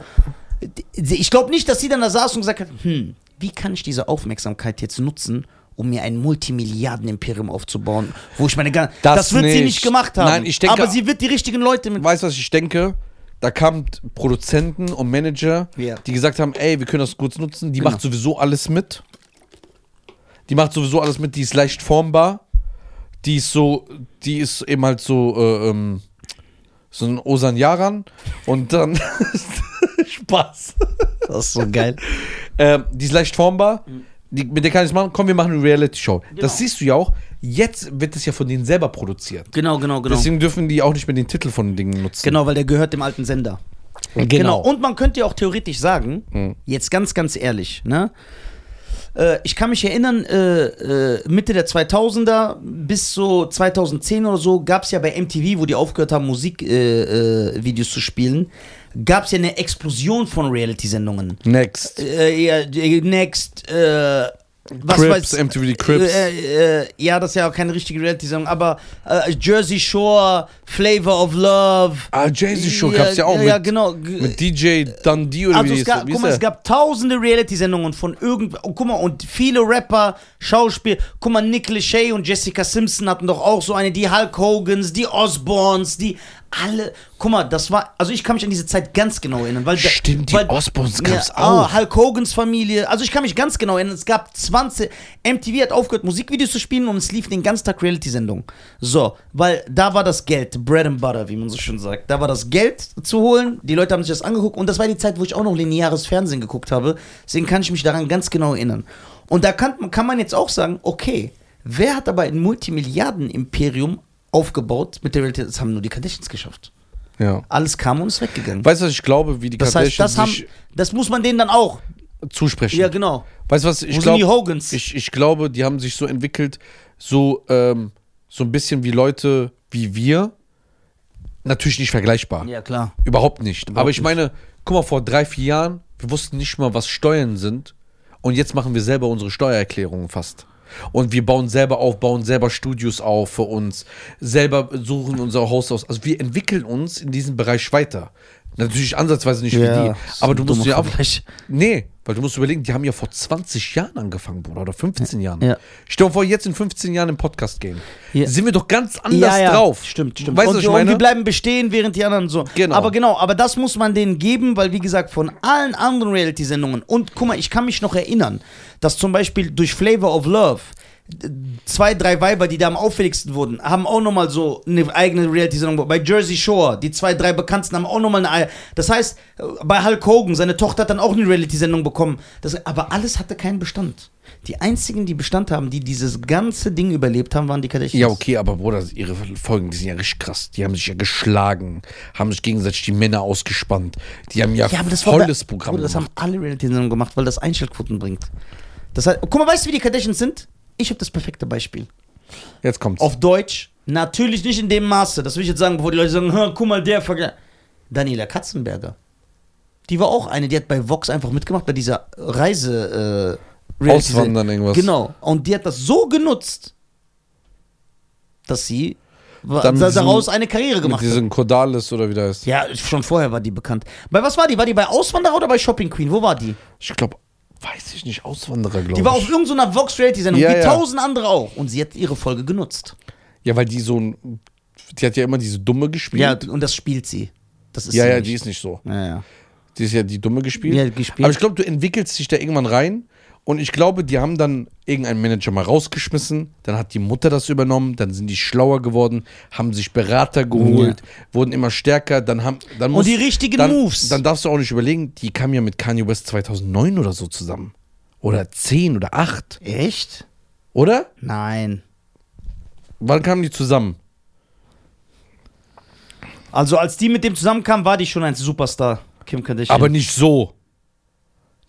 B: Die- Ich glaube nicht, dass sie dann da saß und gesagt hat, hm, wie kann ich diese Aufmerksamkeit jetzt nutzen? Um mir ein Multimilliarden-Imperium aufzubauen, wo ich meine ganze.
A: Das
B: wird sie nicht
A: nicht.
B: gemacht haben.
A: Nein, ich denke-
B: aber sie wird die richtigen Leute mit.
A: Weißt du, was ich denke? Da kamen Produzenten und Manager,
B: Ja.
A: die gesagt haben, ey, wir können das kurz nutzen. Die
B: Genau.
A: macht sowieso alles mit. Die macht sowieso alles mit. Die ist leicht formbar. Die ist so, die ist eben halt so, äh, ähm, so ein Osan Yaran. Und dann Spaß.
B: Das ist so geil.
A: Ähm, die ist leicht formbar. Die, mit der kann ich machen. Komm, wir machen eine Reality-Show.
B: Genau.
A: Das siehst du ja auch. Jetzt wird es ja von denen selber produziert.
B: Genau, genau, genau.
A: Deswegen dürfen die auch nicht mehr den Titel von Dingen nutzen.
B: Genau, weil der gehört dem alten Sender.
A: Genau. Hm.
B: Und man könnte ja auch theoretisch sagen, jetzt ganz, ganz ehrlich, ne? Äh, Ich kann mich erinnern, äh, äh, Mitte der 2000er bis so 2010 oder so gab es ja bei MTV, wo die aufgehört haben, Musikvideos äh, Videos zu spielen, gab es ja eine Explosion von Reality-Sendungen.
A: Next.
B: Äh, ja, die Next, äh, was
A: Crips,
B: weiß
A: MTV die Crips.
B: Äh, äh, ja, das ist ja auch keine richtige Reality-Sendung, aber äh, Jersey Shore, Flavor of Love,
A: ah, Jay-Z Show gab's ja auch
B: ja,
A: mit,
B: Ja, genau. G-
A: mit DJ Dundee oder
B: also
A: wie
B: es
A: ist
B: gab,
A: wie
B: guck
A: ist
B: mal, es
A: der?
B: gab tausende Reality-Sendungen von irgend, oh, guck mal, und viele Rapper, Schauspiel, guck mal, Nick Lachey und Jessica Simpson hatten doch auch so eine, die Hulk Hogans, die Osborns, die alle, guck mal, das war, also ich kann mich an diese Zeit ganz genau erinnern, weil da-
A: Stimmt, die
B: weil,
A: Osbournes gab's
B: ah,
A: auch.
B: Hulk Hogans Familie, also ich kann mich ganz genau erinnern, es gab 20, MTV hat aufgehört, Musikvideos zu spielen und es liefen den ganzen Tag Reality-Sendungen. So, weil da war das Geld, Bread and Butter, wie man so schön sagt, da war das Geld zu holen, die Leute haben sich das angeguckt und das war die Zeit, wo ich auch noch lineares Fernsehen geguckt habe, deswegen kann ich mich daran ganz genau erinnern. Und da kann, kann man jetzt auch sagen, okay, wer hat aber ein Multimilliarden-Imperium aufgebaut mit der Reality, das haben nur die Kardashians geschafft.
A: Ja.
B: Alles kam und ist weggegangen.
A: Weißt du, was ich glaube, wie die
B: Das heißt, das, haben,
A: sich
B: das muss man denen dann auch.
A: zusprechen?
B: Ja, genau.
A: Weißt du was,
B: Wo
A: ich
B: sind die
A: glaube,
B: Hogans?
A: ich, ich glaube, die haben sich so entwickelt, so, ähm, so ein bisschen wie Leute wie wir. Natürlich nicht vergleichbar.
B: ja, klar.
A: Überhaupt nicht. Aber ich meine, guck mal, vor drei, vier Jahren, wir wussten nicht mal, was Steuern sind. Und jetzt machen wir selber unsere Steuererklärungen fast. Und wir bauen selber auf, bauen selber Studios auf für uns, selber suchen unser Haus aus. Also wir entwickeln uns in diesem Bereich weiter. Natürlich ansatzweise nicht wie die, aber du musst ja auch. Nee, weil du musst überlegen, die haben ja vor 20 Jahren angefangen, Bruder, oder 15 Jahren.
B: Ja.
A: Stell dir vor, jetzt in 15 Jahren im Podcast gehen.
B: Ja.
A: Sind wir doch ganz anders drauf.
B: Stimmt, stimmt.
A: Weißt du,
B: und,
A: was ich
B: und
A: meine?
B: wir bleiben bestehen, während die anderen so.
A: Genau.
B: Aber genau, aber das muss man denen geben, weil wie gesagt, von allen anderen Reality-Sendungen, und guck mal, ich kann mich noch erinnern, dass zum Beispiel durch Flavor of Love d- zwei, drei Weiber, die da am auffälligsten wurden, haben auch nochmal so eine eigene Reality-Sendung. Bei Jersey Shore, die zwei, drei Bekannten haben auch nochmal eine. Das heißt, äh, bei Hulk Hogan, seine Tochter hat dann auch eine Reality-Sendung bekommen. Das, aber alles hatte keinen Bestand. Die einzigen, die Bestand haben, die dieses ganze Ding überlebt haben, waren die Kardashians.
A: Ja, okay, aber Bruder, ihre Folgen, die sind ja richtig krass. Die haben sich ja geschlagen, haben sich gegenseitig die Männer ausgespannt. Die haben ja,
B: Ja, aber das war
A: volles
B: bei,
A: Programm
B: Bruder, das haben
A: gemacht.
B: alle Reality-Sendungen gemacht, weil das Einschaltquoten bringt. Das heißt, guck mal, weißt du, wie die Kardashians sind? Ich habe das perfekte Beispiel.
A: Jetzt kommt's.
B: Auf Deutsch, natürlich nicht in dem Maße. Das will ich jetzt sagen, bevor die Leute sagen, "Hä, guck mal, der vergleicht. Daniela Katzenberger. Die war auch eine, die hat bei Vox einfach mitgemacht, bei dieser Reise. Äh, Reality-
A: Auswandern irgendwas.
B: Genau. Und die hat das so genutzt, dass sie wa-
A: Dann
B: da-
A: diesen-
B: daraus eine Karriere
A: Mit
B: gemacht ne? hat.
A: diesem Cordalis oder wie der heißt.
B: Ja, schon vorher war die bekannt. Bei was war die? War die bei Auswanderer oder bei Shopping Queen? Wo war die?
A: Ich glaube, weiß ich nicht, Auswanderer, glaube Oh, ich.
B: Die war auf irgendeiner Vox Reality Sendung,
A: Ja,
B: wie
A: ja.
B: tausend andere auch. Und sie hat ihre Folge genutzt.
A: ja, weil die so ein. Die hat ja immer diese Dumme gespielt.
B: Ja, und das spielt sie. Das ist
A: ja,
B: sie
A: ja,
B: nicht.
A: die ist nicht so.
B: Ja, ja.
A: Die ist ja die Dumme gespielt.
B: Ja, gespielt.
A: Aber ich glaube, du entwickelst dich da irgendwann rein. Und ich glaube, die haben dann irgendeinen Manager mal rausgeschmissen. Dann hat die Mutter das übernommen. Dann sind die schlauer geworden, haben sich Berater geholt, wurden immer stärker. Dann haben, dann
B: Und die richtigen
A: dann,
B: Moves.
A: Dann darfst du auch nicht überlegen, die kam ja mit Kanye West 2009 oder so zusammen. Oder 10 oder 8.
B: Echt?
A: Oder?
B: Nein.
A: Wann kamen die zusammen?
B: Also als die mit dem zusammenkam, war die schon ein Superstar, Kim Kardashian.
A: Aber nicht so.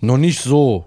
A: Noch nicht so.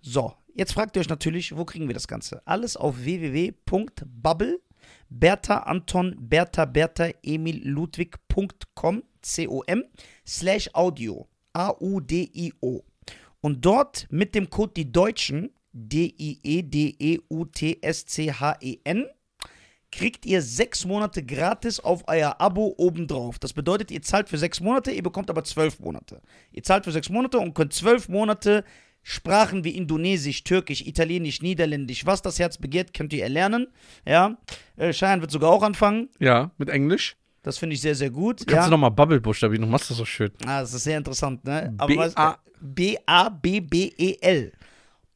D: So, jetzt fragt ihr euch natürlich, wo kriegen wir das Ganze? Alles auf www.bubble, Bertha Anton, Bertha Bertha Emil Ludwig.com, C-O-M, slash Audio, A-U-D-I-O. Und dort mit dem Code die Deutschen, E D-I-E-D-E-U-T-S-C-H-E-N, kriegt ihr sechs Monate gratis auf euer Abo obendrauf. Das bedeutet, ihr zahlt für sechs Monate, ihr bekommt aber zwölf Monate. Ihr zahlt für sechs Monate und könnt zwölf Monate Sprachen wie Indonesisch, Türkisch, Italienisch, Niederländisch, was das Herz begehrt, könnt ihr erlernen. Ja, äh, Cheyenne wird sogar auch anfangen.
C: Ja, mit Englisch.
D: Das finde ich sehr, sehr gut.
C: Kannst
D: ja.
C: du nochmal Bubble buchstabieren, du machst das so schön.
D: Ah, das ist sehr interessant, ne?
C: B-
D: weißt du,
C: A-
D: B-A-B-B-E-L. E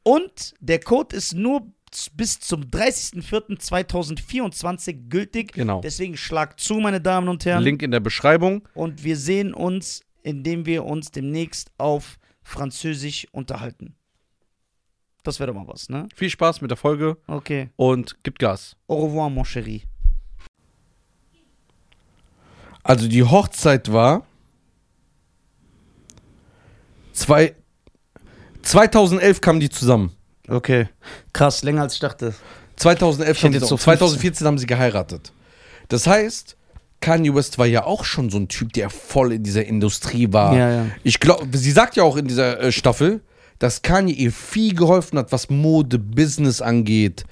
D: Und der Code ist nur z- bis zum 30.04.2024 gültig.
C: Genau.
D: Deswegen schlag zu, meine Damen und Herren.
C: Link in der Beschreibung.
D: Und wir sehen uns, indem wir uns demnächst auf Französisch unterhalten. Das wäre doch mal was, ne?
C: Viel Spaß mit der Folge
D: Okay.
C: und gib Gas.
D: Au revoir, mon chéri.
A: Also die Hochzeit war zwei, 2011 kamen die zusammen.
B: Okay. Krass, länger als ich dachte.
A: 2011
B: hätte
A: kamen die
B: jetzt
A: zusammen.
B: so 15.
A: 2014 haben sie geheiratet. Das heißt, Kanye West war ja auch schon so ein Typ, der voll in dieser Industrie war.
B: Ja, ja.
A: Ich glaube, sie sagt ja auch in dieser äh, Staffel, dass Kanye ihr viel geholfen hat, was Mode, Business angeht,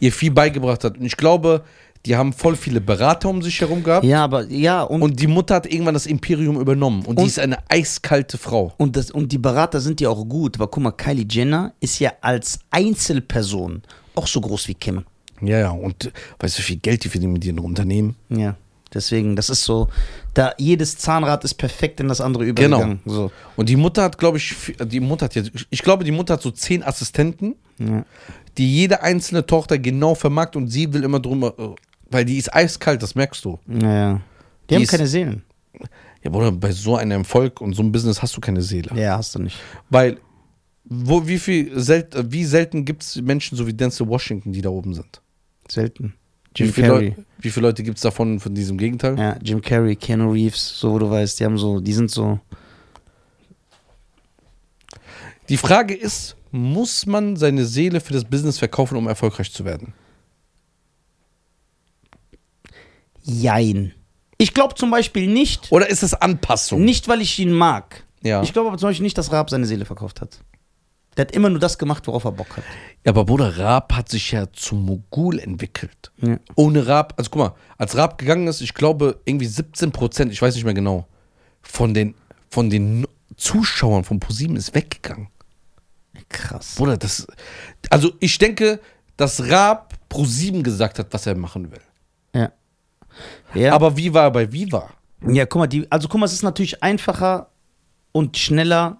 A: ihr viel beigebracht hat. Und ich glaube, die haben voll viele Berater um sich herum gehabt.
B: Ja, aber ja, und, und,
A: Und die Mutter hat irgendwann das Imperium übernommen. Und,
B: Und-
A: die ist eine eiskalte Frau.
B: das, und die Berater sind ja auch gut, weil guck mal, Kylie Jenner ist ja als Einzelperson auch so groß wie Kim.
A: Ja, ja. Und äh, weißt du, wie viel Geld die verdienen mit ihren Unternehmen?
B: Ja. Deswegen, das ist so, da jedes Zahnrad ist perfekt in das andere
A: Genau.
B: übergegangen. So.
A: Und die Mutter hat, glaube ich, vi- die Mutter hat jetzt, ich glaube, die Mutter hat so zehn Assistenten, die jede einzelne Tochter genau vermarkt und sie will immer drüber, äh, weil die ist eiskalt, das merkst du.
B: Ja, ja. Die,
A: Die
B: haben
A: ist-
B: keine Seelen.
A: Ja, Bruder, bei so einem Erfolg und so einem Business hast du keine Seele.
B: Ja, hast du nicht.
A: Weil, wo, wie, viel sel äh, wie selten gibt es Menschen so wie Denzel Washington, die da oben sind?
B: Selten.
A: Wie
B: Jim
A: viele,
B: Carrey.
A: Leute, wie viele Leute gibt es davon, von diesem Gegenteil?
B: Ja, Jim Carrey, Keanu Reeves, so wo du weißt, die haben so, die sind so.
A: Die Frage ist, muss man seine Seele für das Business verkaufen, um erfolgreich zu werden?
B: Jein. Ich glaube zum Beispiel nicht,
A: Oder ist es Anpassung?
B: nicht weil ich ihn mag.
A: Ja.
B: Ich glaube aber zum Beispiel nicht, dass Raab seine Seele verkauft hat. Der hat immer nur das gemacht, worauf er Bock hat.
A: Ja, aber Bruder, Raab hat sich ja zum Mogul entwickelt.
B: Ja.
A: Ohne Raab, also guck mal, als Raab gegangen ist, ich glaube irgendwie 17 Prozent, ich weiß nicht mehr genau, von den, von den Zuschauern von ProSieben ist weggegangen.
B: Krass.
A: Bruder, das, also ich denke, dass Raab ProSieben gesagt hat, was er machen will.
B: Ja. Ja.
A: Aber wie war er bei Viva?
B: Ja, guck mal, die, also guck mal, es ist natürlich einfacher und schneller,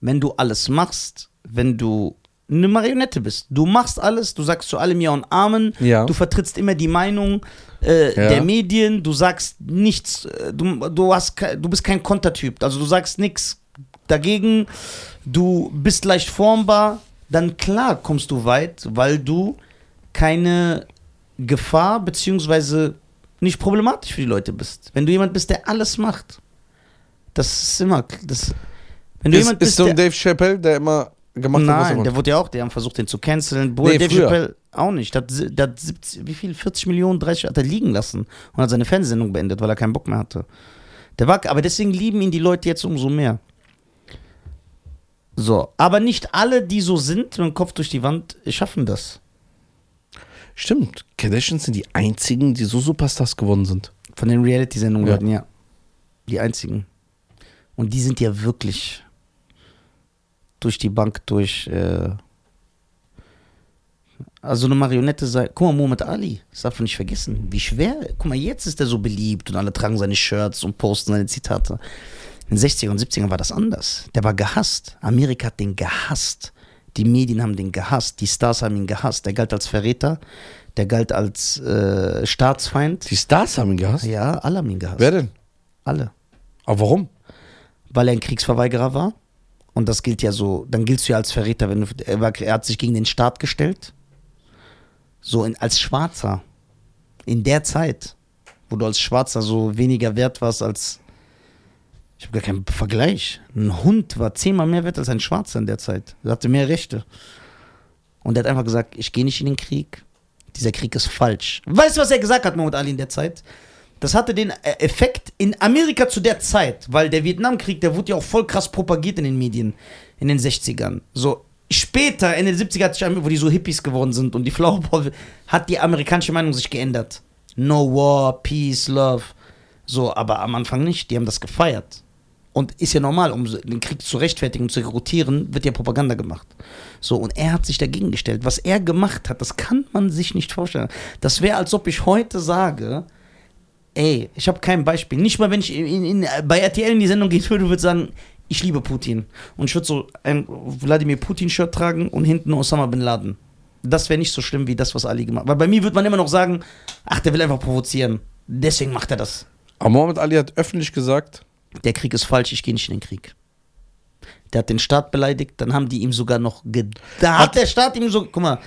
B: wenn du alles machst, wenn du eine Marionette bist. Du machst alles, du sagst zu allem Ja und Amen,
A: Ja.
B: du vertrittst immer die Meinung äh,
A: Ja.
B: der Medien, du sagst nichts, äh, du, du, hast, ke- du bist kein Kontertyp, also du sagst nichts dagegen, du bist leicht formbar, dann klar kommst du weit, weil du keine Gefahr beziehungsweise nicht problematisch für die Leute bist. Wenn du jemand bist, der alles macht, das ist immer, das, wenn du
A: Ist,
B: jemand
A: ist
B: bist,
A: so ein
B: der,
A: Dave Chappelle, der immer gemacht hat, was er
B: nein,
A: wollte?
B: der wurde ja auch, die haben versucht, den zu canceln. Bruder,
A: Nee,
B: Dave
A: früher.
B: Chappelle auch nicht. Der hat, si- der hat 70, wie viel, 40 Millionen, 30, hat er liegen lassen und hat seine Fernsehsendung beendet, weil er keinen Bock mehr hatte. Der war, aber deswegen lieben ihn die Leute jetzt umso mehr. So, aber nicht alle, die so sind, mit dem Kopf durch die Wand, schaffen das.
A: Stimmt, Kardashians sind die einzigen, die so Superstars geworden sind.
B: Von den Reality-Sendungen
A: Ja.
B: werden, ja. Die einzigen. Und die sind ja wirklich durch die Bank, durch. Äh also eine Marionette sei. Guck mal, Muhammad Ali, das darf man nicht vergessen. Wie schwer. Guck mal, jetzt ist er so beliebt und alle tragen seine Shirts und posten seine Zitate. In den 60er und 70ern war das anders. Der war gehasst. Amerika hat den gehasst. Die Medien haben den gehasst. Die Stars haben ihn gehasst. Der galt als Verräter. Der galt als äh, Staatsfeind.
A: Die Stars haben ihn gehasst.
B: Ja, alle haben ihn gehasst.
A: Wer denn?
B: Alle.
A: Aber warum?
B: Weil er ein Kriegsverweigerer war. Und das gilt ja so, dann giltst du ja als Verräter, wenn du, er, war, er hat sich gegen den Staat gestellt. So in, als Schwarzer. In der Zeit, wo du als Schwarzer so weniger wert warst als. Ich habe gar keinen Vergleich. Ein Hund war zehnmal mehr wert als ein Schwarzer in der Zeit. Er hatte mehr Rechte. Und er hat einfach gesagt, ich gehe nicht in den Krieg. Dieser Krieg ist falsch. Weißt du, was er gesagt hat, Muhammad Ali, in der Zeit? Das hatte den äh, Effekt in Amerika zu der Zeit, weil der Vietnamkrieg, der wurde ja auch voll krass propagiert in den Medien in den 60ern. So später, Ende der 70er, hat sich Amer- wo die so Hippies geworden sind und die Flowerball, hat die amerikanische Meinung sich geändert. No war, peace, love. So, aber am Anfang nicht. Die haben das gefeiert. Und ist ja normal, um so den Krieg zu rechtfertigen und zu rekrutieren, wird ja Propaganda gemacht. So, und er hat sich dagegen gestellt. Was er gemacht hat, das kann man sich nicht vorstellen. Das wäre, als ob ich heute sage, ey, ich habe kein Beispiel. Nicht mal, wenn ich in, in, in, bei RTL in die Sendung gehen würde, würde ich sagen, ich liebe Putin. Und ich würde so ein Wladimir Putin-Shirt tragen und hinten Osama Bin Laden. Das wäre nicht so schlimm wie das, was Ali gemacht hat. Weil bei mir würde man immer noch sagen, ach, der will einfach provozieren. Deswegen macht er das.
A: Aber Muhammad Ali hat öffentlich gesagt,
B: Der Krieg ist falsch, ich gehe nicht in den Krieg. Der hat den Staat beleidigt, dann haben die ihm sogar noch ge Da hat der Staat ihm so, guck mal,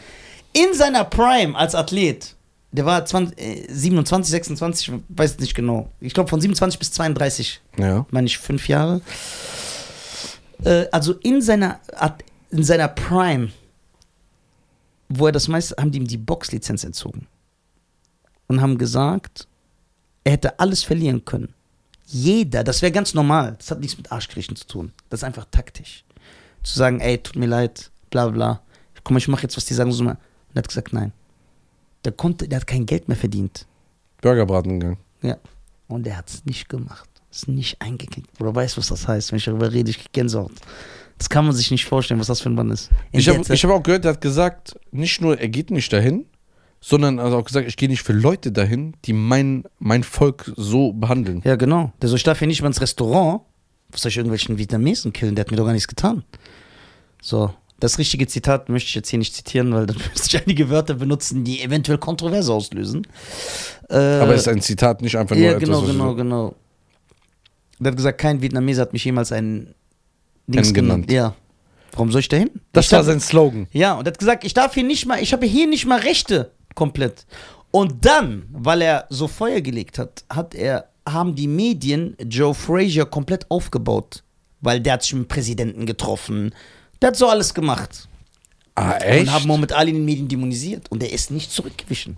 B: in seiner Prime als Athlet, der war 20, äh, 27, 26, ich weiß nicht genau. Ich glaube von 27 bis 32
A: ja.
B: meine ich, fünf Jahre. Äh, also in seiner, Art- in seiner Prime, wo er das meiste, haben die ihm die Boxlizenz entzogen. Und haben gesagt, er hätte alles verlieren können. Jeder, das wäre ganz normal. Das hat nichts mit Arschkriechen zu tun. Das ist einfach taktisch. Zu sagen, ey, tut mir leid, bla bla. Guck mal, ich mache jetzt, was die sagen. So mal. Und er hat gesagt, nein. Der, konnte, der hat kein Geld mehr verdient.
A: Burgerbraten gegangen.
B: Ja. Und er hat es nicht gemacht. Ist nicht eingeknickt. Oder weißt du, was das heißt? Wenn ich darüber rede, ich krieg Gänsehaut. Das kann man sich nicht vorstellen, was das für ein Mann ist. In
A: Ich
B: der
A: habe
B: Zeit-
A: hab auch gehört, er hat gesagt, nicht nur er geht nicht dahin, sondern er hat auch gesagt, ich gehe nicht für Leute dahin, die mein, mein Volk so behandeln.
B: ja, genau. Der so, ich darf hier nicht mal ins Restaurant. Was soll ich irgendwelchen Vietnamesen killen? Der hat mir doch gar nichts getan. So. Das richtige Zitat möchte ich jetzt hier nicht zitieren, weil dann müsste ich einige Wörter benutzen, die eventuell Kontroverse auslösen. Äh,
A: Aber es ist ein Zitat, nicht einfach nur
B: Ja,
A: etwas,
B: genau,
A: was du-
B: genau, genau. Der hat gesagt, kein Vietnameser hat mich jemals einen
A: Einen genannt.
B: Ja. Warum soll ich da hin?
A: Das
B: ich
A: war
B: darf-
A: sein Slogan.
B: Ja, und hat gesagt, ich darf hier nicht mal, ich habe hier nicht mal Rechte komplett. Und dann, weil er so Feuer gelegt hat, hat er, haben die Medien Joe Frazier komplett aufgebaut. Weil der hat sich mit dem Präsidenten getroffen. Der hat so alles gemacht.
A: Ah, echt?
B: Und haben Moment Ali in den Medien dämonisiert. Und er ist nicht zurückgewichen.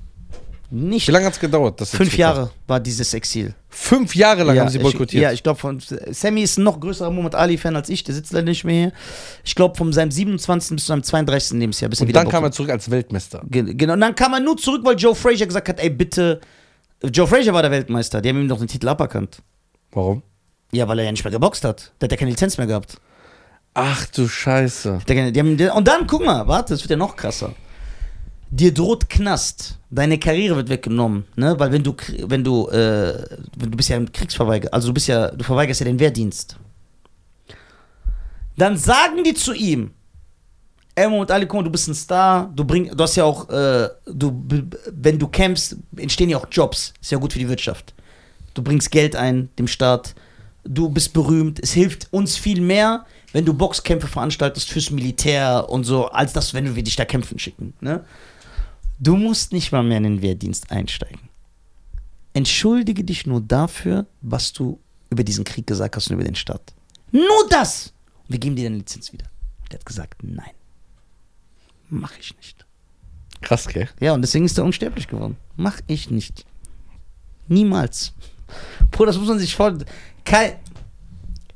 B: Nicht.
A: Wie lange hat es gedauert? Dass er
B: Fünf
A: zurück-
B: Jahre war dieses Exil.
A: Fünf Jahre lang
B: ja,
A: haben sie boykottiert.
B: Ich, ja, ich glaube, von Sammy ist ein noch größerer Muhammad Ali-Fan als ich. Der sitzt leider nicht mehr hier. Ich glaube, von seinem 27. bis zu seinem 32. Lebensjahr. Bis er
A: Und
B: wieder
A: dann kam
B: boykottiert.
A: er zurück als Weltmeister.
B: Ge- Genau, und dann kam er nur zurück, weil Joe Frazier gesagt hat, ey, bitte. Joe Frazier war der Weltmeister, die haben ihm doch den Titel aberkannt.
A: Warum?
B: Ja, weil er ja nicht mehr geboxt hat. Der hat ja keine Lizenz mehr gehabt.
A: Ach du Scheiße.
B: Der, hat ja keine- die haben, der, und dann, guck mal, warte, es wird ja noch krasser. Dir droht Knast. Deine Karriere wird weggenommen, ne? Weil wenn du, kr- wenn du, äh, wenn du bist ja im Kriegsverweiger, also du bist ja, du verweigerst ja den Wehrdienst. Dann sagen die zu ihm, Elmo und Ali, guck mal, du bist ein Star, du bringst, du hast ja auch, äh, du, b- b- wenn du campst, entstehen ja auch Jobs, ist ja gut für die Wirtschaft. Du bringst Geld ein, dem Staat, du bist berühmt, es hilft uns viel mehr, wenn du Boxkämpfe veranstaltest fürs Militär und so, als das, wenn wir dich da kämpfen schicken, ne? Du musst nicht mal mehr in den Wehrdienst einsteigen. Entschuldige dich nur dafür, was du über diesen Krieg gesagt hast und über den Staat. Nur das! Und wir geben dir deine Lizenz wieder. Der hat gesagt, nein. Mach ich nicht.
A: Krass, gell?
B: Ja, und deswegen ist er unsterblich geworden. Mach ich nicht. Niemals. Bro, das muss man sich vor. Kein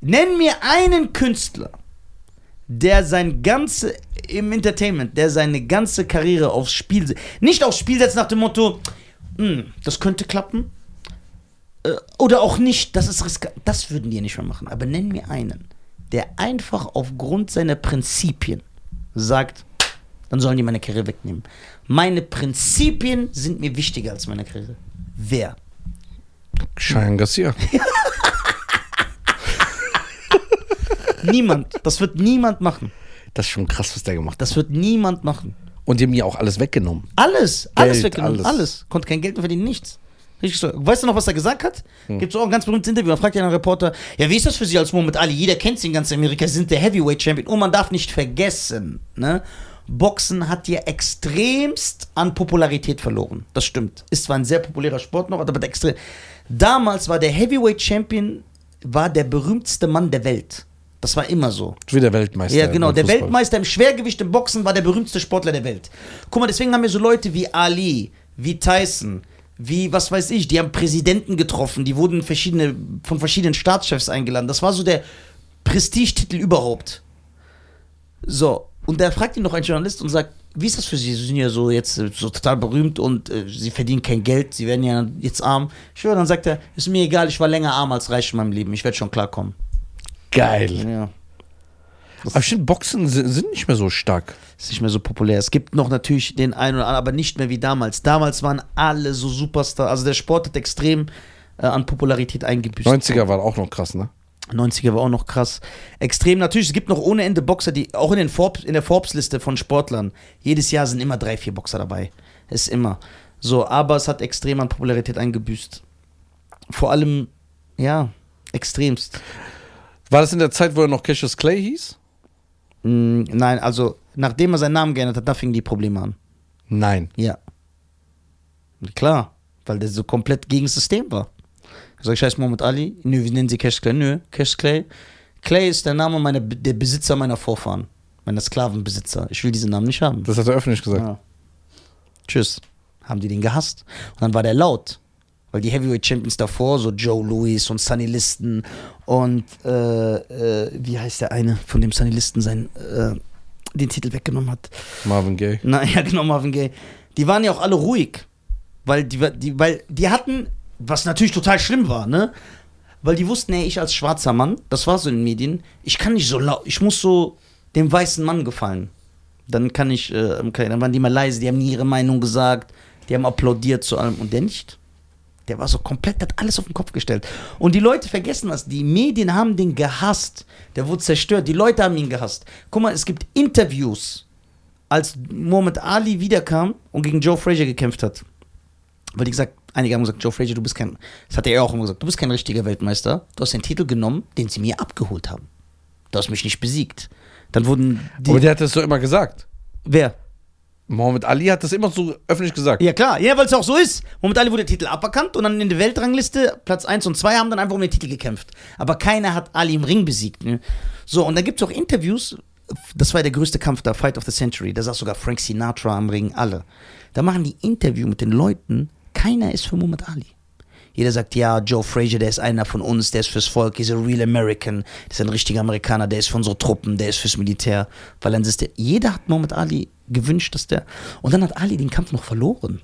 B: Nenn mir einen Künstler, der sein ganze im Entertainment, der seine ganze Karriere aufs Spiel se- nicht aufs Spiel setzt nach dem Motto, "Hm, das könnte klappen äh, oder auch nicht, das ist riskant. Das würden die nicht mehr machen. Aber nenn mir einen, der einfach aufgrund seiner Prinzipien sagt, dann sollen die meine Karriere wegnehmen. Meine Prinzipien sind mir wichtiger als meine Karriere. Wer?
A: Cheyenne Garcia.
B: Niemand. Das wird niemand machen.
A: Das ist schon krass, was der gemacht hat.
B: Das wird niemand machen.
A: Und die haben ja auch alles weggenommen.
B: Alles, alles
A: Geld,
B: weggenommen,
A: alles.
B: alles. Konnte kein Geld mehr verdienen, nichts. Richtig so. Weißt du noch, was er gesagt hat?
A: Hm.
B: Gibt es auch ein ganz berühmtes Interview. Da fragt ja ein Reporter, ja, wie ist das für Sie als Muhammad Ali? Jeder kennt Sie in ganz Amerika, Sie sind der Heavyweight Champion. Und man darf nicht vergessen, ne? Boxen hat ja extremst an Popularität verloren. Das stimmt. Ist zwar ein sehr populärer Sport noch, aber extrem. Damals war der Heavyweight Champion war der berühmteste Mann der Welt. Das war immer so.
A: Ist Wie der Weltmeister.
B: Ja, genau.
A: im
B: Der
A: Fußball.
B: Weltmeister im Schwergewicht im Boxen war der berühmteste Sportler der Welt. Guck mal, deswegen haben wir so Leute wie Ali, wie Tyson, wie, was weiß ich, die haben Präsidenten getroffen, die wurden verschiedene, von verschiedenen Staatschefs eingeladen. Das war so der Prestigetitel überhaupt. So, und da fragt ihn noch ein Journalist und sagt, wie ist das für Sie? Sie sind ja so jetzt äh, so total berühmt und äh, Sie verdienen kein Geld, Sie werden ja jetzt arm. Ich höre, dann sagt er, ist mir egal, ich war länger arm als reich in meinem Leben, ich werde schon klarkommen.
A: Geil.
B: Ja.
A: Aber stimmt, Boxen si- sind nicht mehr so stark.
B: ist nicht mehr so populär. Es gibt noch natürlich den einen oder anderen, aber nicht mehr wie damals. Damals waren alle so Superstar. Also der Sport hat extrem äh, an Popularität eingebüßt.
A: 90er war auch noch krass, ne?
B: 90er war auch noch krass. Extrem natürlich, es gibt noch ohne Ende Boxer, die auch in, den Forbes, in der Forbes-Liste von Sportlern, jedes Jahr sind immer drei, vier Boxer dabei. Ist immer. So, aber es hat extrem an Popularität eingebüßt. Vor allem, ja, extremst.
A: War das in der Zeit, wo er noch Cassius Clay hieß?
B: Mm, nein, also nachdem er seinen Namen geändert hat, da fingen die Probleme an.
A: Nein.
B: Ja. Klar, weil der so komplett gegen das System war. Also Ich sag, scheiß Muhammad Ali. Nö, wie nennen sie Cash Clay? Nö, Cash Clay. Clay ist der Name meiner, der Besitzer meiner Vorfahren. Meiner Sklavenbesitzer. Ich will diesen Namen nicht haben.
A: Das hat er öffentlich gesagt.
B: Ja. Tschüss. Haben die den gehasst. Und dann war der laut. Weil die Heavyweight Champions davor, so Joe Louis und Sonny Liston und äh, äh, wie heißt der eine, von dem Sonny Liston sein, äh, den Titel weggenommen hat.
A: Marvin Gaye.
B: Na ja, genau, Marvin Gaye. Die waren ja auch alle ruhig. Weil die, die, weil die hatten, was natürlich total schlimm war, ne? Weil die wussten, ey, ich als schwarzer Mann, das war so in den Medien, ich kann nicht so laut, ich muss so dem weißen Mann gefallen. Dann kann ich, äh, okay, dann waren die mal leise, die haben nie ihre Meinung gesagt, die haben applaudiert zu allem und der nicht. Der war so komplett, der hat alles auf den Kopf gestellt. Und die Leute vergessen das. Die Medien haben den gehasst. Der wurde zerstört. Die Leute haben ihn gehasst. Guck mal, es gibt Interviews, als Muhammad Ali wiederkam und gegen Joe Frazier gekämpft hat. Weil die gesagt, einige haben gesagt, Joe Frazier, du bist kein, das hat er ja auch immer gesagt, du bist kein richtiger Weltmeister. Du hast den Titel genommen, den sie mir abgeholt haben. Du hast mich nicht besiegt. Dann wurden die.
A: Aber der hat das so immer gesagt.
B: wer?
A: Mohammed Ali hat das immer so öffentlich gesagt.
B: Ja, klar. Ja, weil es auch so ist. Moment, alle wurde der Titel aberkannt und dann in der Weltrangliste Platz 1 und 2 haben dann einfach um den Titel gekämpft. Aber keiner hat Ali im Ring besiegt. Ne? So, und da gibt es auch Interviews. Das war der größte Kampf der Fight of the Century. Da saß sogar Frank Sinatra am Ring, alle. Da machen die Interview mit den Leuten. Keiner ist für Muhammad Ali. Jeder sagt, ja, Joe Frazier, der ist einer von uns, der ist fürs Volk, ist a real American, der ist ein richtiger Amerikaner, der ist von so Truppen, der ist fürs Militär. Weil dann ist der, jeder hat Muhammad Ali gewünscht, dass der. Und dann hat Ali den Kampf noch verloren.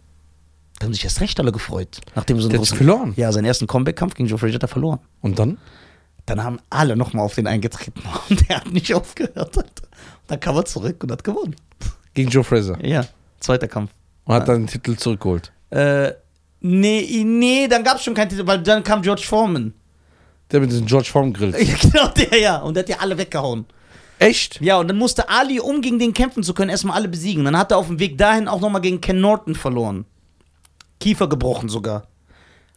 B: Da haben sich erst recht alle gefreut. Nachdem so einen
A: Der hat's verloren?
B: Ja, seinen ersten Comeback-Kampf gegen Joe Frazier hat er verloren.
A: Und dann?
B: Dann haben alle nochmal auf den eingetreten und der hat nicht aufgehört. Alter. Dann kam er zurück und hat gewonnen.
A: Gegen Joe Fraser.
B: Ja, zweiter Kampf.
A: Und hat dann den Titel zurückgeholt.
B: Äh, nee, nee, dann gab es schon keinen Titel, weil dann kam George Foreman.
A: Der mit diesem George Foreman Grill.
B: Ja, genau der, ja. Und der hat ja alle weggehauen.
A: Echt?
B: Ja, und dann musste Ali, um gegen den kämpfen zu können, erstmal alle besiegen. Dann hat er auf dem Weg dahin auch nochmal gegen Ken Norton verloren. Kiefer gebrochen sogar.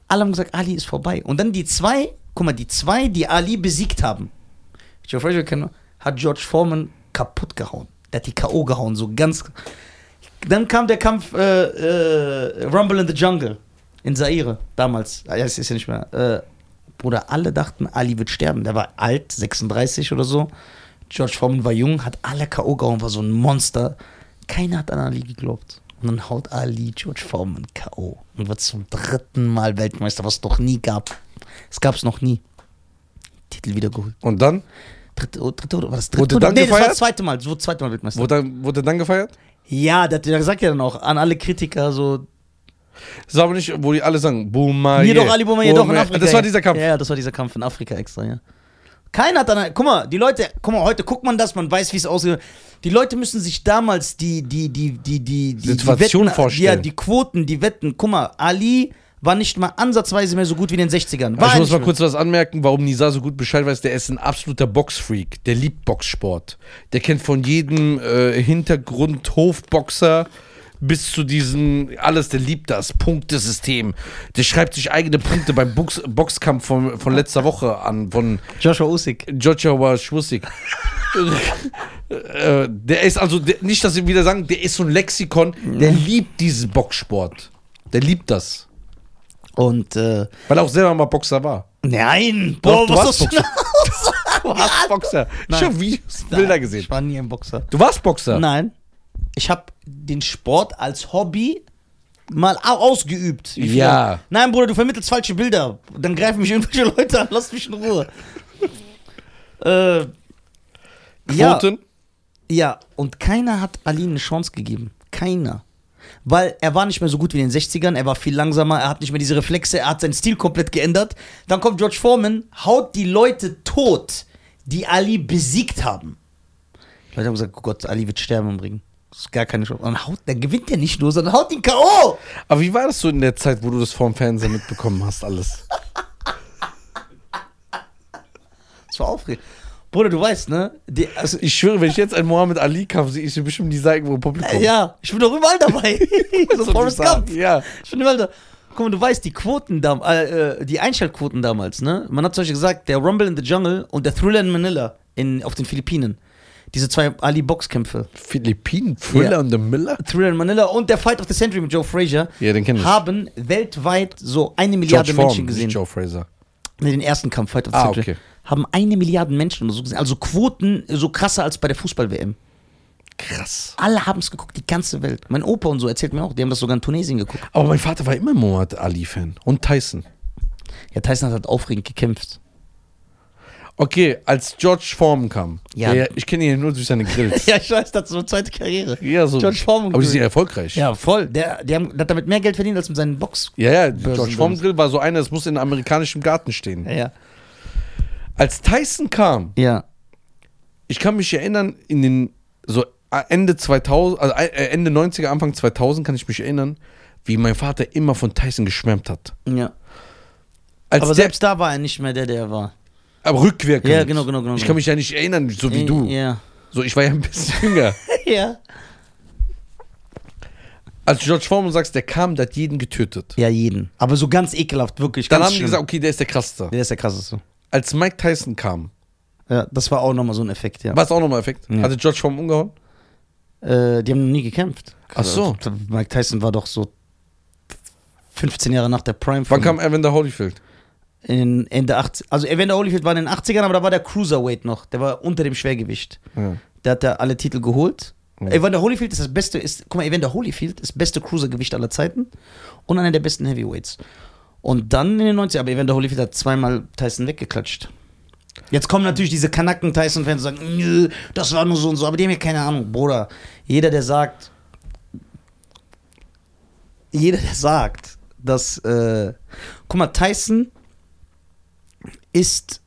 B: Alle haben gesagt, Ali ist vorbei. Und dann die zwei, guck mal, die zwei, die Ali besiegt haben. Joe Frazier Ken Norton, hat George Foreman kaputt gehauen. Der hat die K.O. gehauen, so ganz. Dann kam der Kampf äh, äh, Rumble in the Jungle in Zaire damals. Ah, Ja, es ist ja nicht mehr. Äh, Bruder, alle dachten, Ali wird sterben. Der war alt, 36 oder so. George Foreman war jung, hat alle K.O. gehauen, war so ein Monster. Keiner hat an Ali geglaubt. Und dann haut Ali George Foreman K.O. und wird zum dritten Mal Weltmeister, was es noch nie gab. Es gab es noch nie. Titel wiedergeholt.
A: Und dann?
B: Dritte, oh, dritte oder war das dritte?
A: Wurde
B: oder?
A: dann
B: das war das
A: gefeiert?
B: zweite Mal. So zweite Mal Weltmeister.
A: Wurde, dann- wurde dann gefeiert?
B: Ja, der, der sagt ja dann auch an alle Kritiker so,
A: Das war aber nicht, wo die alle sagen, Boomer.
B: hier doch Ali Boumaier, doch in Afrika.
A: Oh, Das war
B: ja.
A: dieser Kampf.
B: Ja, ja, das war dieser Kampf in Afrika extra, ja. Keiner hat dann, guck mal, die Leute, guck mal, heute guckt man das, man weiß, wie es ausgeht. Die Leute müssen sich damals die, die, die, die, die, die
A: Situation
B: die Wetten,
A: vorstellen.
B: Ja, die Quoten, die Wetten. Guck mal, Ali war nicht mal ansatzweise mehr so gut wie in den 60ern.
A: Aber
B: War
A: Also ich muss
B: nicht
A: mal
B: mehr.
A: kurz was anmerken, warum Nisa so gut Bescheid weiß. Der ist ein absoluter Boxfreak. Der liebt Boxsport. Der kennt von jedem äh, Hintergrund Hofboxer bis zu diesen alles. Der liebt das Punktesystem. Der schreibt sich eigene Punkte beim Box Boxkampf von, von letzter Woche an von
B: Joshua Usyk.
A: Joshua Schwussig. äh, der ist also der, nicht, dass wir wieder sagen, der ist so ein Lexikon. Der liebt diesen Boxsport. Der liebt das,
B: Und, äh,
A: weil er auch selber mal Boxer war.
B: nein,
A: Doch,
B: boah,
A: du
B: was
A: warst
B: hast du denn
A: Du warst Boxer. Ich
B: Nein.
A: habe Videos, Bilder gesehen.
B: Ich war nie ein Boxer.
A: Du warst Boxer.
B: Nein. Ich habe den Sport als Hobby mal au- ausgeübt. Wie viel-
A: Ja.
B: Nein, Bruder, du vermittelst falsche Bilder. Dann greifen mich irgendwelche Leute an. Lass mich in Ruhe. äh, ja,
A: Quoten.
B: ja, und keiner hat Ali eine Chance gegeben. Keiner. Weil er war nicht mehr so gut wie in den 60ern, er war viel langsamer, er hat nicht mehr diese Reflexe, er hat seinen Stil komplett geändert. Dann kommt George Foreman, haut die Leute tot, die Ali besiegt haben. Die Leute haben gesagt, oh Gott, Ali wird sterben im Ring. Das ist gar keine Chance. Und haut, dann gewinnt er nicht nur, sondern haut ihn K.O.
A: Aber wie war das so in der Zeit, wo du das vorm Fernseher mitbekommen hast, alles?
B: Das war aufregend. Bruder, du weißt, ne? Die, also,
A: Ich schwöre, wenn ich jetzt einen Mohammed Ali kampf sehe, ich sehe bestimmt die Seiten im Publikum.
B: ja, ich bin doch überall dabei. so
A: So
B: Forrest
A: die Sachen.
B: Gump.
A: Ja.
B: Ich finde mal, da- guck mal, du weißt, die Quoten, dam äh, äh, die Einschaltquoten damals, ne? Man hat zum Beispiel gesagt, der Rumble in the Jungle und der Thriller in Manila in, auf den Philippinen. Diese zwei Ali-Boxkämpfe.
A: Philippinen, Thriller
B: Ja.
A: und der Miller.
B: Thriller in Manila und der Fight of the Century mit Joe Frazier
A: Ja, den kenn ich.
B: haben weltweit so eine Milliarde Menschen
A: Foreman,
B: gesehen.
A: nicht Joe Fraser.
B: Nee, den ersten Kampf, Fight of the
A: Ah,
B: Century.
A: okay.
B: Haben eine Milliarde Menschen oder so gesehen. Also Quoten so krasser als bei der Fußball-WM.
A: Krass.
B: Alle haben es geguckt, die ganze Welt. Mein Opa und so erzählt mir auch, die haben das sogar in Tunesien geguckt.
A: Aber mein Vater war immer Mohammed Ali-Fan. Und Tyson.
B: Ja, Tyson hat halt aufregend gekämpft.
A: Okay, als George Foreman kam.
B: Ja.
A: Der, ich kenne ihn nur durch seine Grills.
B: Ja, ich weiß, das ist so eine zweite Karriere.
A: ja, so.
B: George Foreman.
A: Aber die sind erfolgreich.
B: ja, voll. Der, die haben, der hat damit mehr Geld verdient als mit seinen Box.
A: Ja, ja, George
B: Börsendings.
A: Foreman Grill war so einer, das muss in amerikanischem Garten stehen.
B: ja.
A: Als Tyson kam,
B: Ja.
A: ich kann mich erinnern, in den so äh, Ende 2000, also äh, Ende 90er, Anfang 2000 kann ich mich erinnern, wie mein Vater immer von Tyson geschwärmt hat.
B: ja.
A: Als der,
B: Aber selbst da war er nicht mehr der, der er war.
A: aber rückwirkend.
B: Ja, genau, genau, genau,
A: Ich
B: genau.
A: kann mich ja nicht erinnern, so wie
B: Äh,
A: du.
B: Ja.
A: So, ich war ja ein bisschen jünger.
B: ja.
A: Als George Foreman sagst, der kam, der hat jeden getötet.
B: Ja, jeden. Aber so ganz ekelhaft, wirklich.
A: Dann
B: ganz
A: haben die
B: schlimm.
A: gesagt, okay, der ist der Krasseste.
B: Der ist der krasseste.
A: Als Mike Tyson kam,
B: Ja, das war auch nochmal so ein Effekt, ja.
A: war es auch nochmal Effekt, hatte George Foreman umgehauen.
B: Äh, die haben noch nie gekämpft. Also,
A: Ach so.
B: Mike Tyson war doch so 15 Jahre nach der Prime.
A: Wann
B: von-
A: kam Evander Holyfield?
B: In Ende 80 Also Evander Holyfield war in den 80ern, aber da war der Cruiserweight noch. Der war unter dem Schwergewicht.
A: Ja.
B: Der hat da alle Titel geholt.
A: Ja.
B: Evander Holyfield ist das beste, ist, guck mal, Evander Holyfield ist das beste Cruisergewicht aller Zeiten und einer der besten Heavyweights. Und dann in den 90ern, aber Evander Holyfield hat zweimal Tyson weggeklatscht. Jetzt kommen natürlich diese Kanaken-Tyson-Fans und sagen, nö, das war nur so und so, aber die haben ja keine Ahnung, Bruder. Jeder, der sagt, jeder, der sagt, dass, äh, guck mal, Tyson ist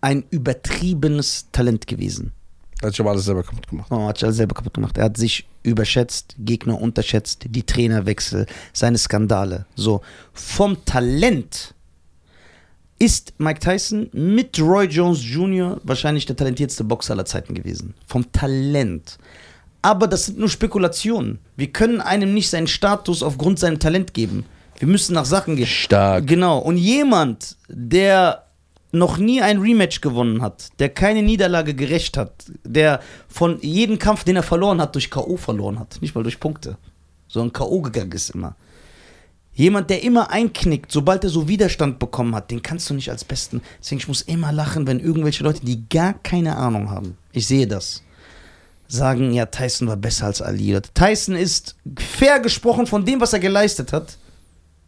B: ein übertriebenes Talent gewesen.
A: Da hat ich aber alles selber kaputt gemacht.
B: Oh, hat sich alles selber kaputt gemacht. Er hat sich überschätzt, Gegner unterschätzt, die Trainerwechsel, seine Skandale. So, vom Talent ist Mike Tyson mit Roy Jones Jr. wahrscheinlich der talentierteste Boxer aller Zeiten gewesen. Vom Talent. Aber das sind nur Spekulationen. Wir können einem nicht seinen Status aufgrund seinem Talent geben. Wir müssen nach Sachen gehen.
A: Stark.
B: Genau. Und jemand, der noch nie ein Rematch gewonnen hat, der keine Niederlage gerecht hat, der von jedem Kampf, den er verloren hat, durch K.O. verloren hat, nicht mal durch Punkte, sondern K.O. gegangen ist immer. Jemand, der immer einknickt, sobald er so Widerstand bekommen hat, den kannst du nicht als Besten. Deswegen, ich muss immer lachen, wenn irgendwelche Leute, die gar keine Ahnung haben, ich sehe das, sagen, ja, Tyson war besser als Ali. Tyson ist, fair gesprochen von dem, was er geleistet hat,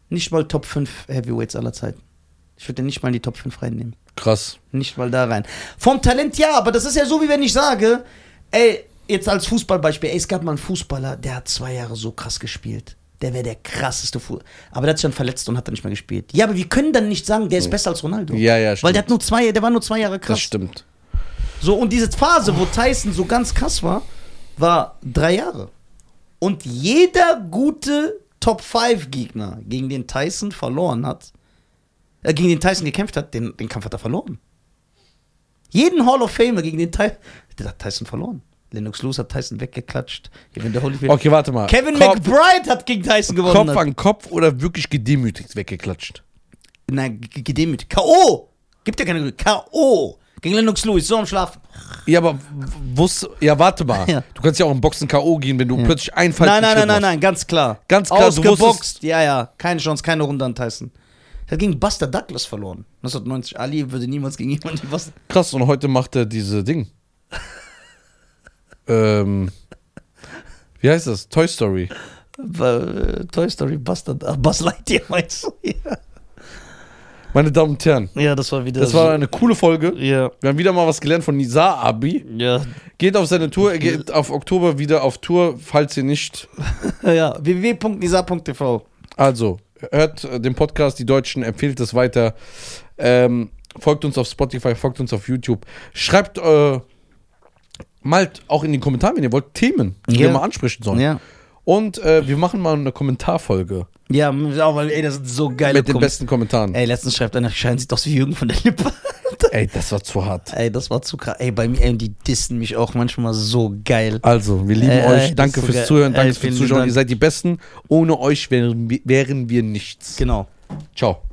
B: nicht mal Top 5 Heavyweights aller Zeiten. Ich würde den nicht mal in die Top 5 reinnehmen.
A: Krass.
B: Nicht mal da rein. Vom Talent ja, aber das ist ja so, wie wenn ich sage, ey, jetzt als Fußballbeispiel, ey, es gab mal einen Fußballer, der hat zwei Jahre so krass gespielt. Der wäre der krasseste Fußballer. Aber der hat sich dann verletzt und hat dann nicht mehr gespielt. Ja, aber wir können dann nicht sagen, der ist besser als Ronaldo.
A: Ja, ja,
B: Weil
A: stimmt.
B: der hat nur zwei, der war nur zwei Jahre
A: Das
B: krass.
A: stimmt.
B: So, und diese Phase, wo Tyson so ganz krass war, war drei Jahre. Und jeder gute Top-5-Gegner, gegen den Tyson verloren hat, äh, gegen den Tyson gekämpft hat, den, den Kampf hat er verloren. Jeden Hall of Famer gegen den Tyson, der hat Tyson verloren. Lennox Lewis hat Tyson weggeklatscht. Evander Holyfield.
A: Okay, warte mal.
B: Kevin
A: Kopf,
B: McBride hat gegen Tyson gewonnen.
A: Kopf an Kopf oder wirklich gedemütigt weggeklatscht?
B: Nein, g- gedemütigt. K.O. Gibt ja keine K.O. Gegen Lennox Lewis, so am Schlafen.
A: Ja, aber w- wusst, ja, warte mal.
B: Ja.
A: Du kannst ja auch im Boxen K.O. gehen, wenn du plötzlich einen falschen
B: Nein, nein,
A: Schritt
B: nein, nein,
A: machst.
B: nein, ganz klar.
A: Ganz klar, du wusstest-
B: Ausgeboxt, ja, ja. Keine Chance, keine Runde an Tyson. Er hat gegen Buster Douglas verloren. 1990. Ali würde niemals gegen jemanden Buster.
A: Krass, und heute macht er diese Ding. ähm, wie heißt das? Toy Story.
B: Äh, Toy Story, Buster. Ach, Buzz Lightyear meinst du? Ja.
A: Meine Damen und Herren,
B: ja, das war wieder.
A: das
B: so-
A: war eine coole Folge.
B: Ja,
A: Wir haben wieder mal was gelernt von Nizar Abi.
B: ja.
A: Geht auf seine Tour, er geht auf Oktober wieder auf Tour, falls ihr nicht.
B: ja. www.nisa.tv.
A: Also, hört äh, den Podcast, die Deutschen, empfehlt es weiter. Ähm, folgt uns auf Spotify, folgt uns auf YouTube. Schreibt äh, mal auch in die Kommentare, wenn ihr wollt, Themen, die wir
B: Ja.
A: mal ansprechen sollen.
B: Ja.
A: Und äh, wir machen mal eine Kommentarfolge
B: Ja, auch weil, ey, das sind so geile
A: mit den
B: Kom- Äh,
A: besten Kommentaren. Ey.
B: Ey, letztens schreibt einer, Schein sieht aus wie Jürgen von der Lippe.
A: das war zu hart.
B: ey, das war zu krass. Ey, bei mir, ey, die dissen mich auch manchmal so geil.
A: Also, wir lieben
B: Ey, ey,
A: euch.
B: Äh, das
A: Danke
B: ist so
A: fürs
B: geil.
A: Zuhören, danke
B: Ey,
A: fürs
B: vielen
A: Zuschauen.
B: Dank.
A: Ihr seid die Besten. Ohne euch wären wir, wären wir nichts.
B: Genau.
A: Ciao.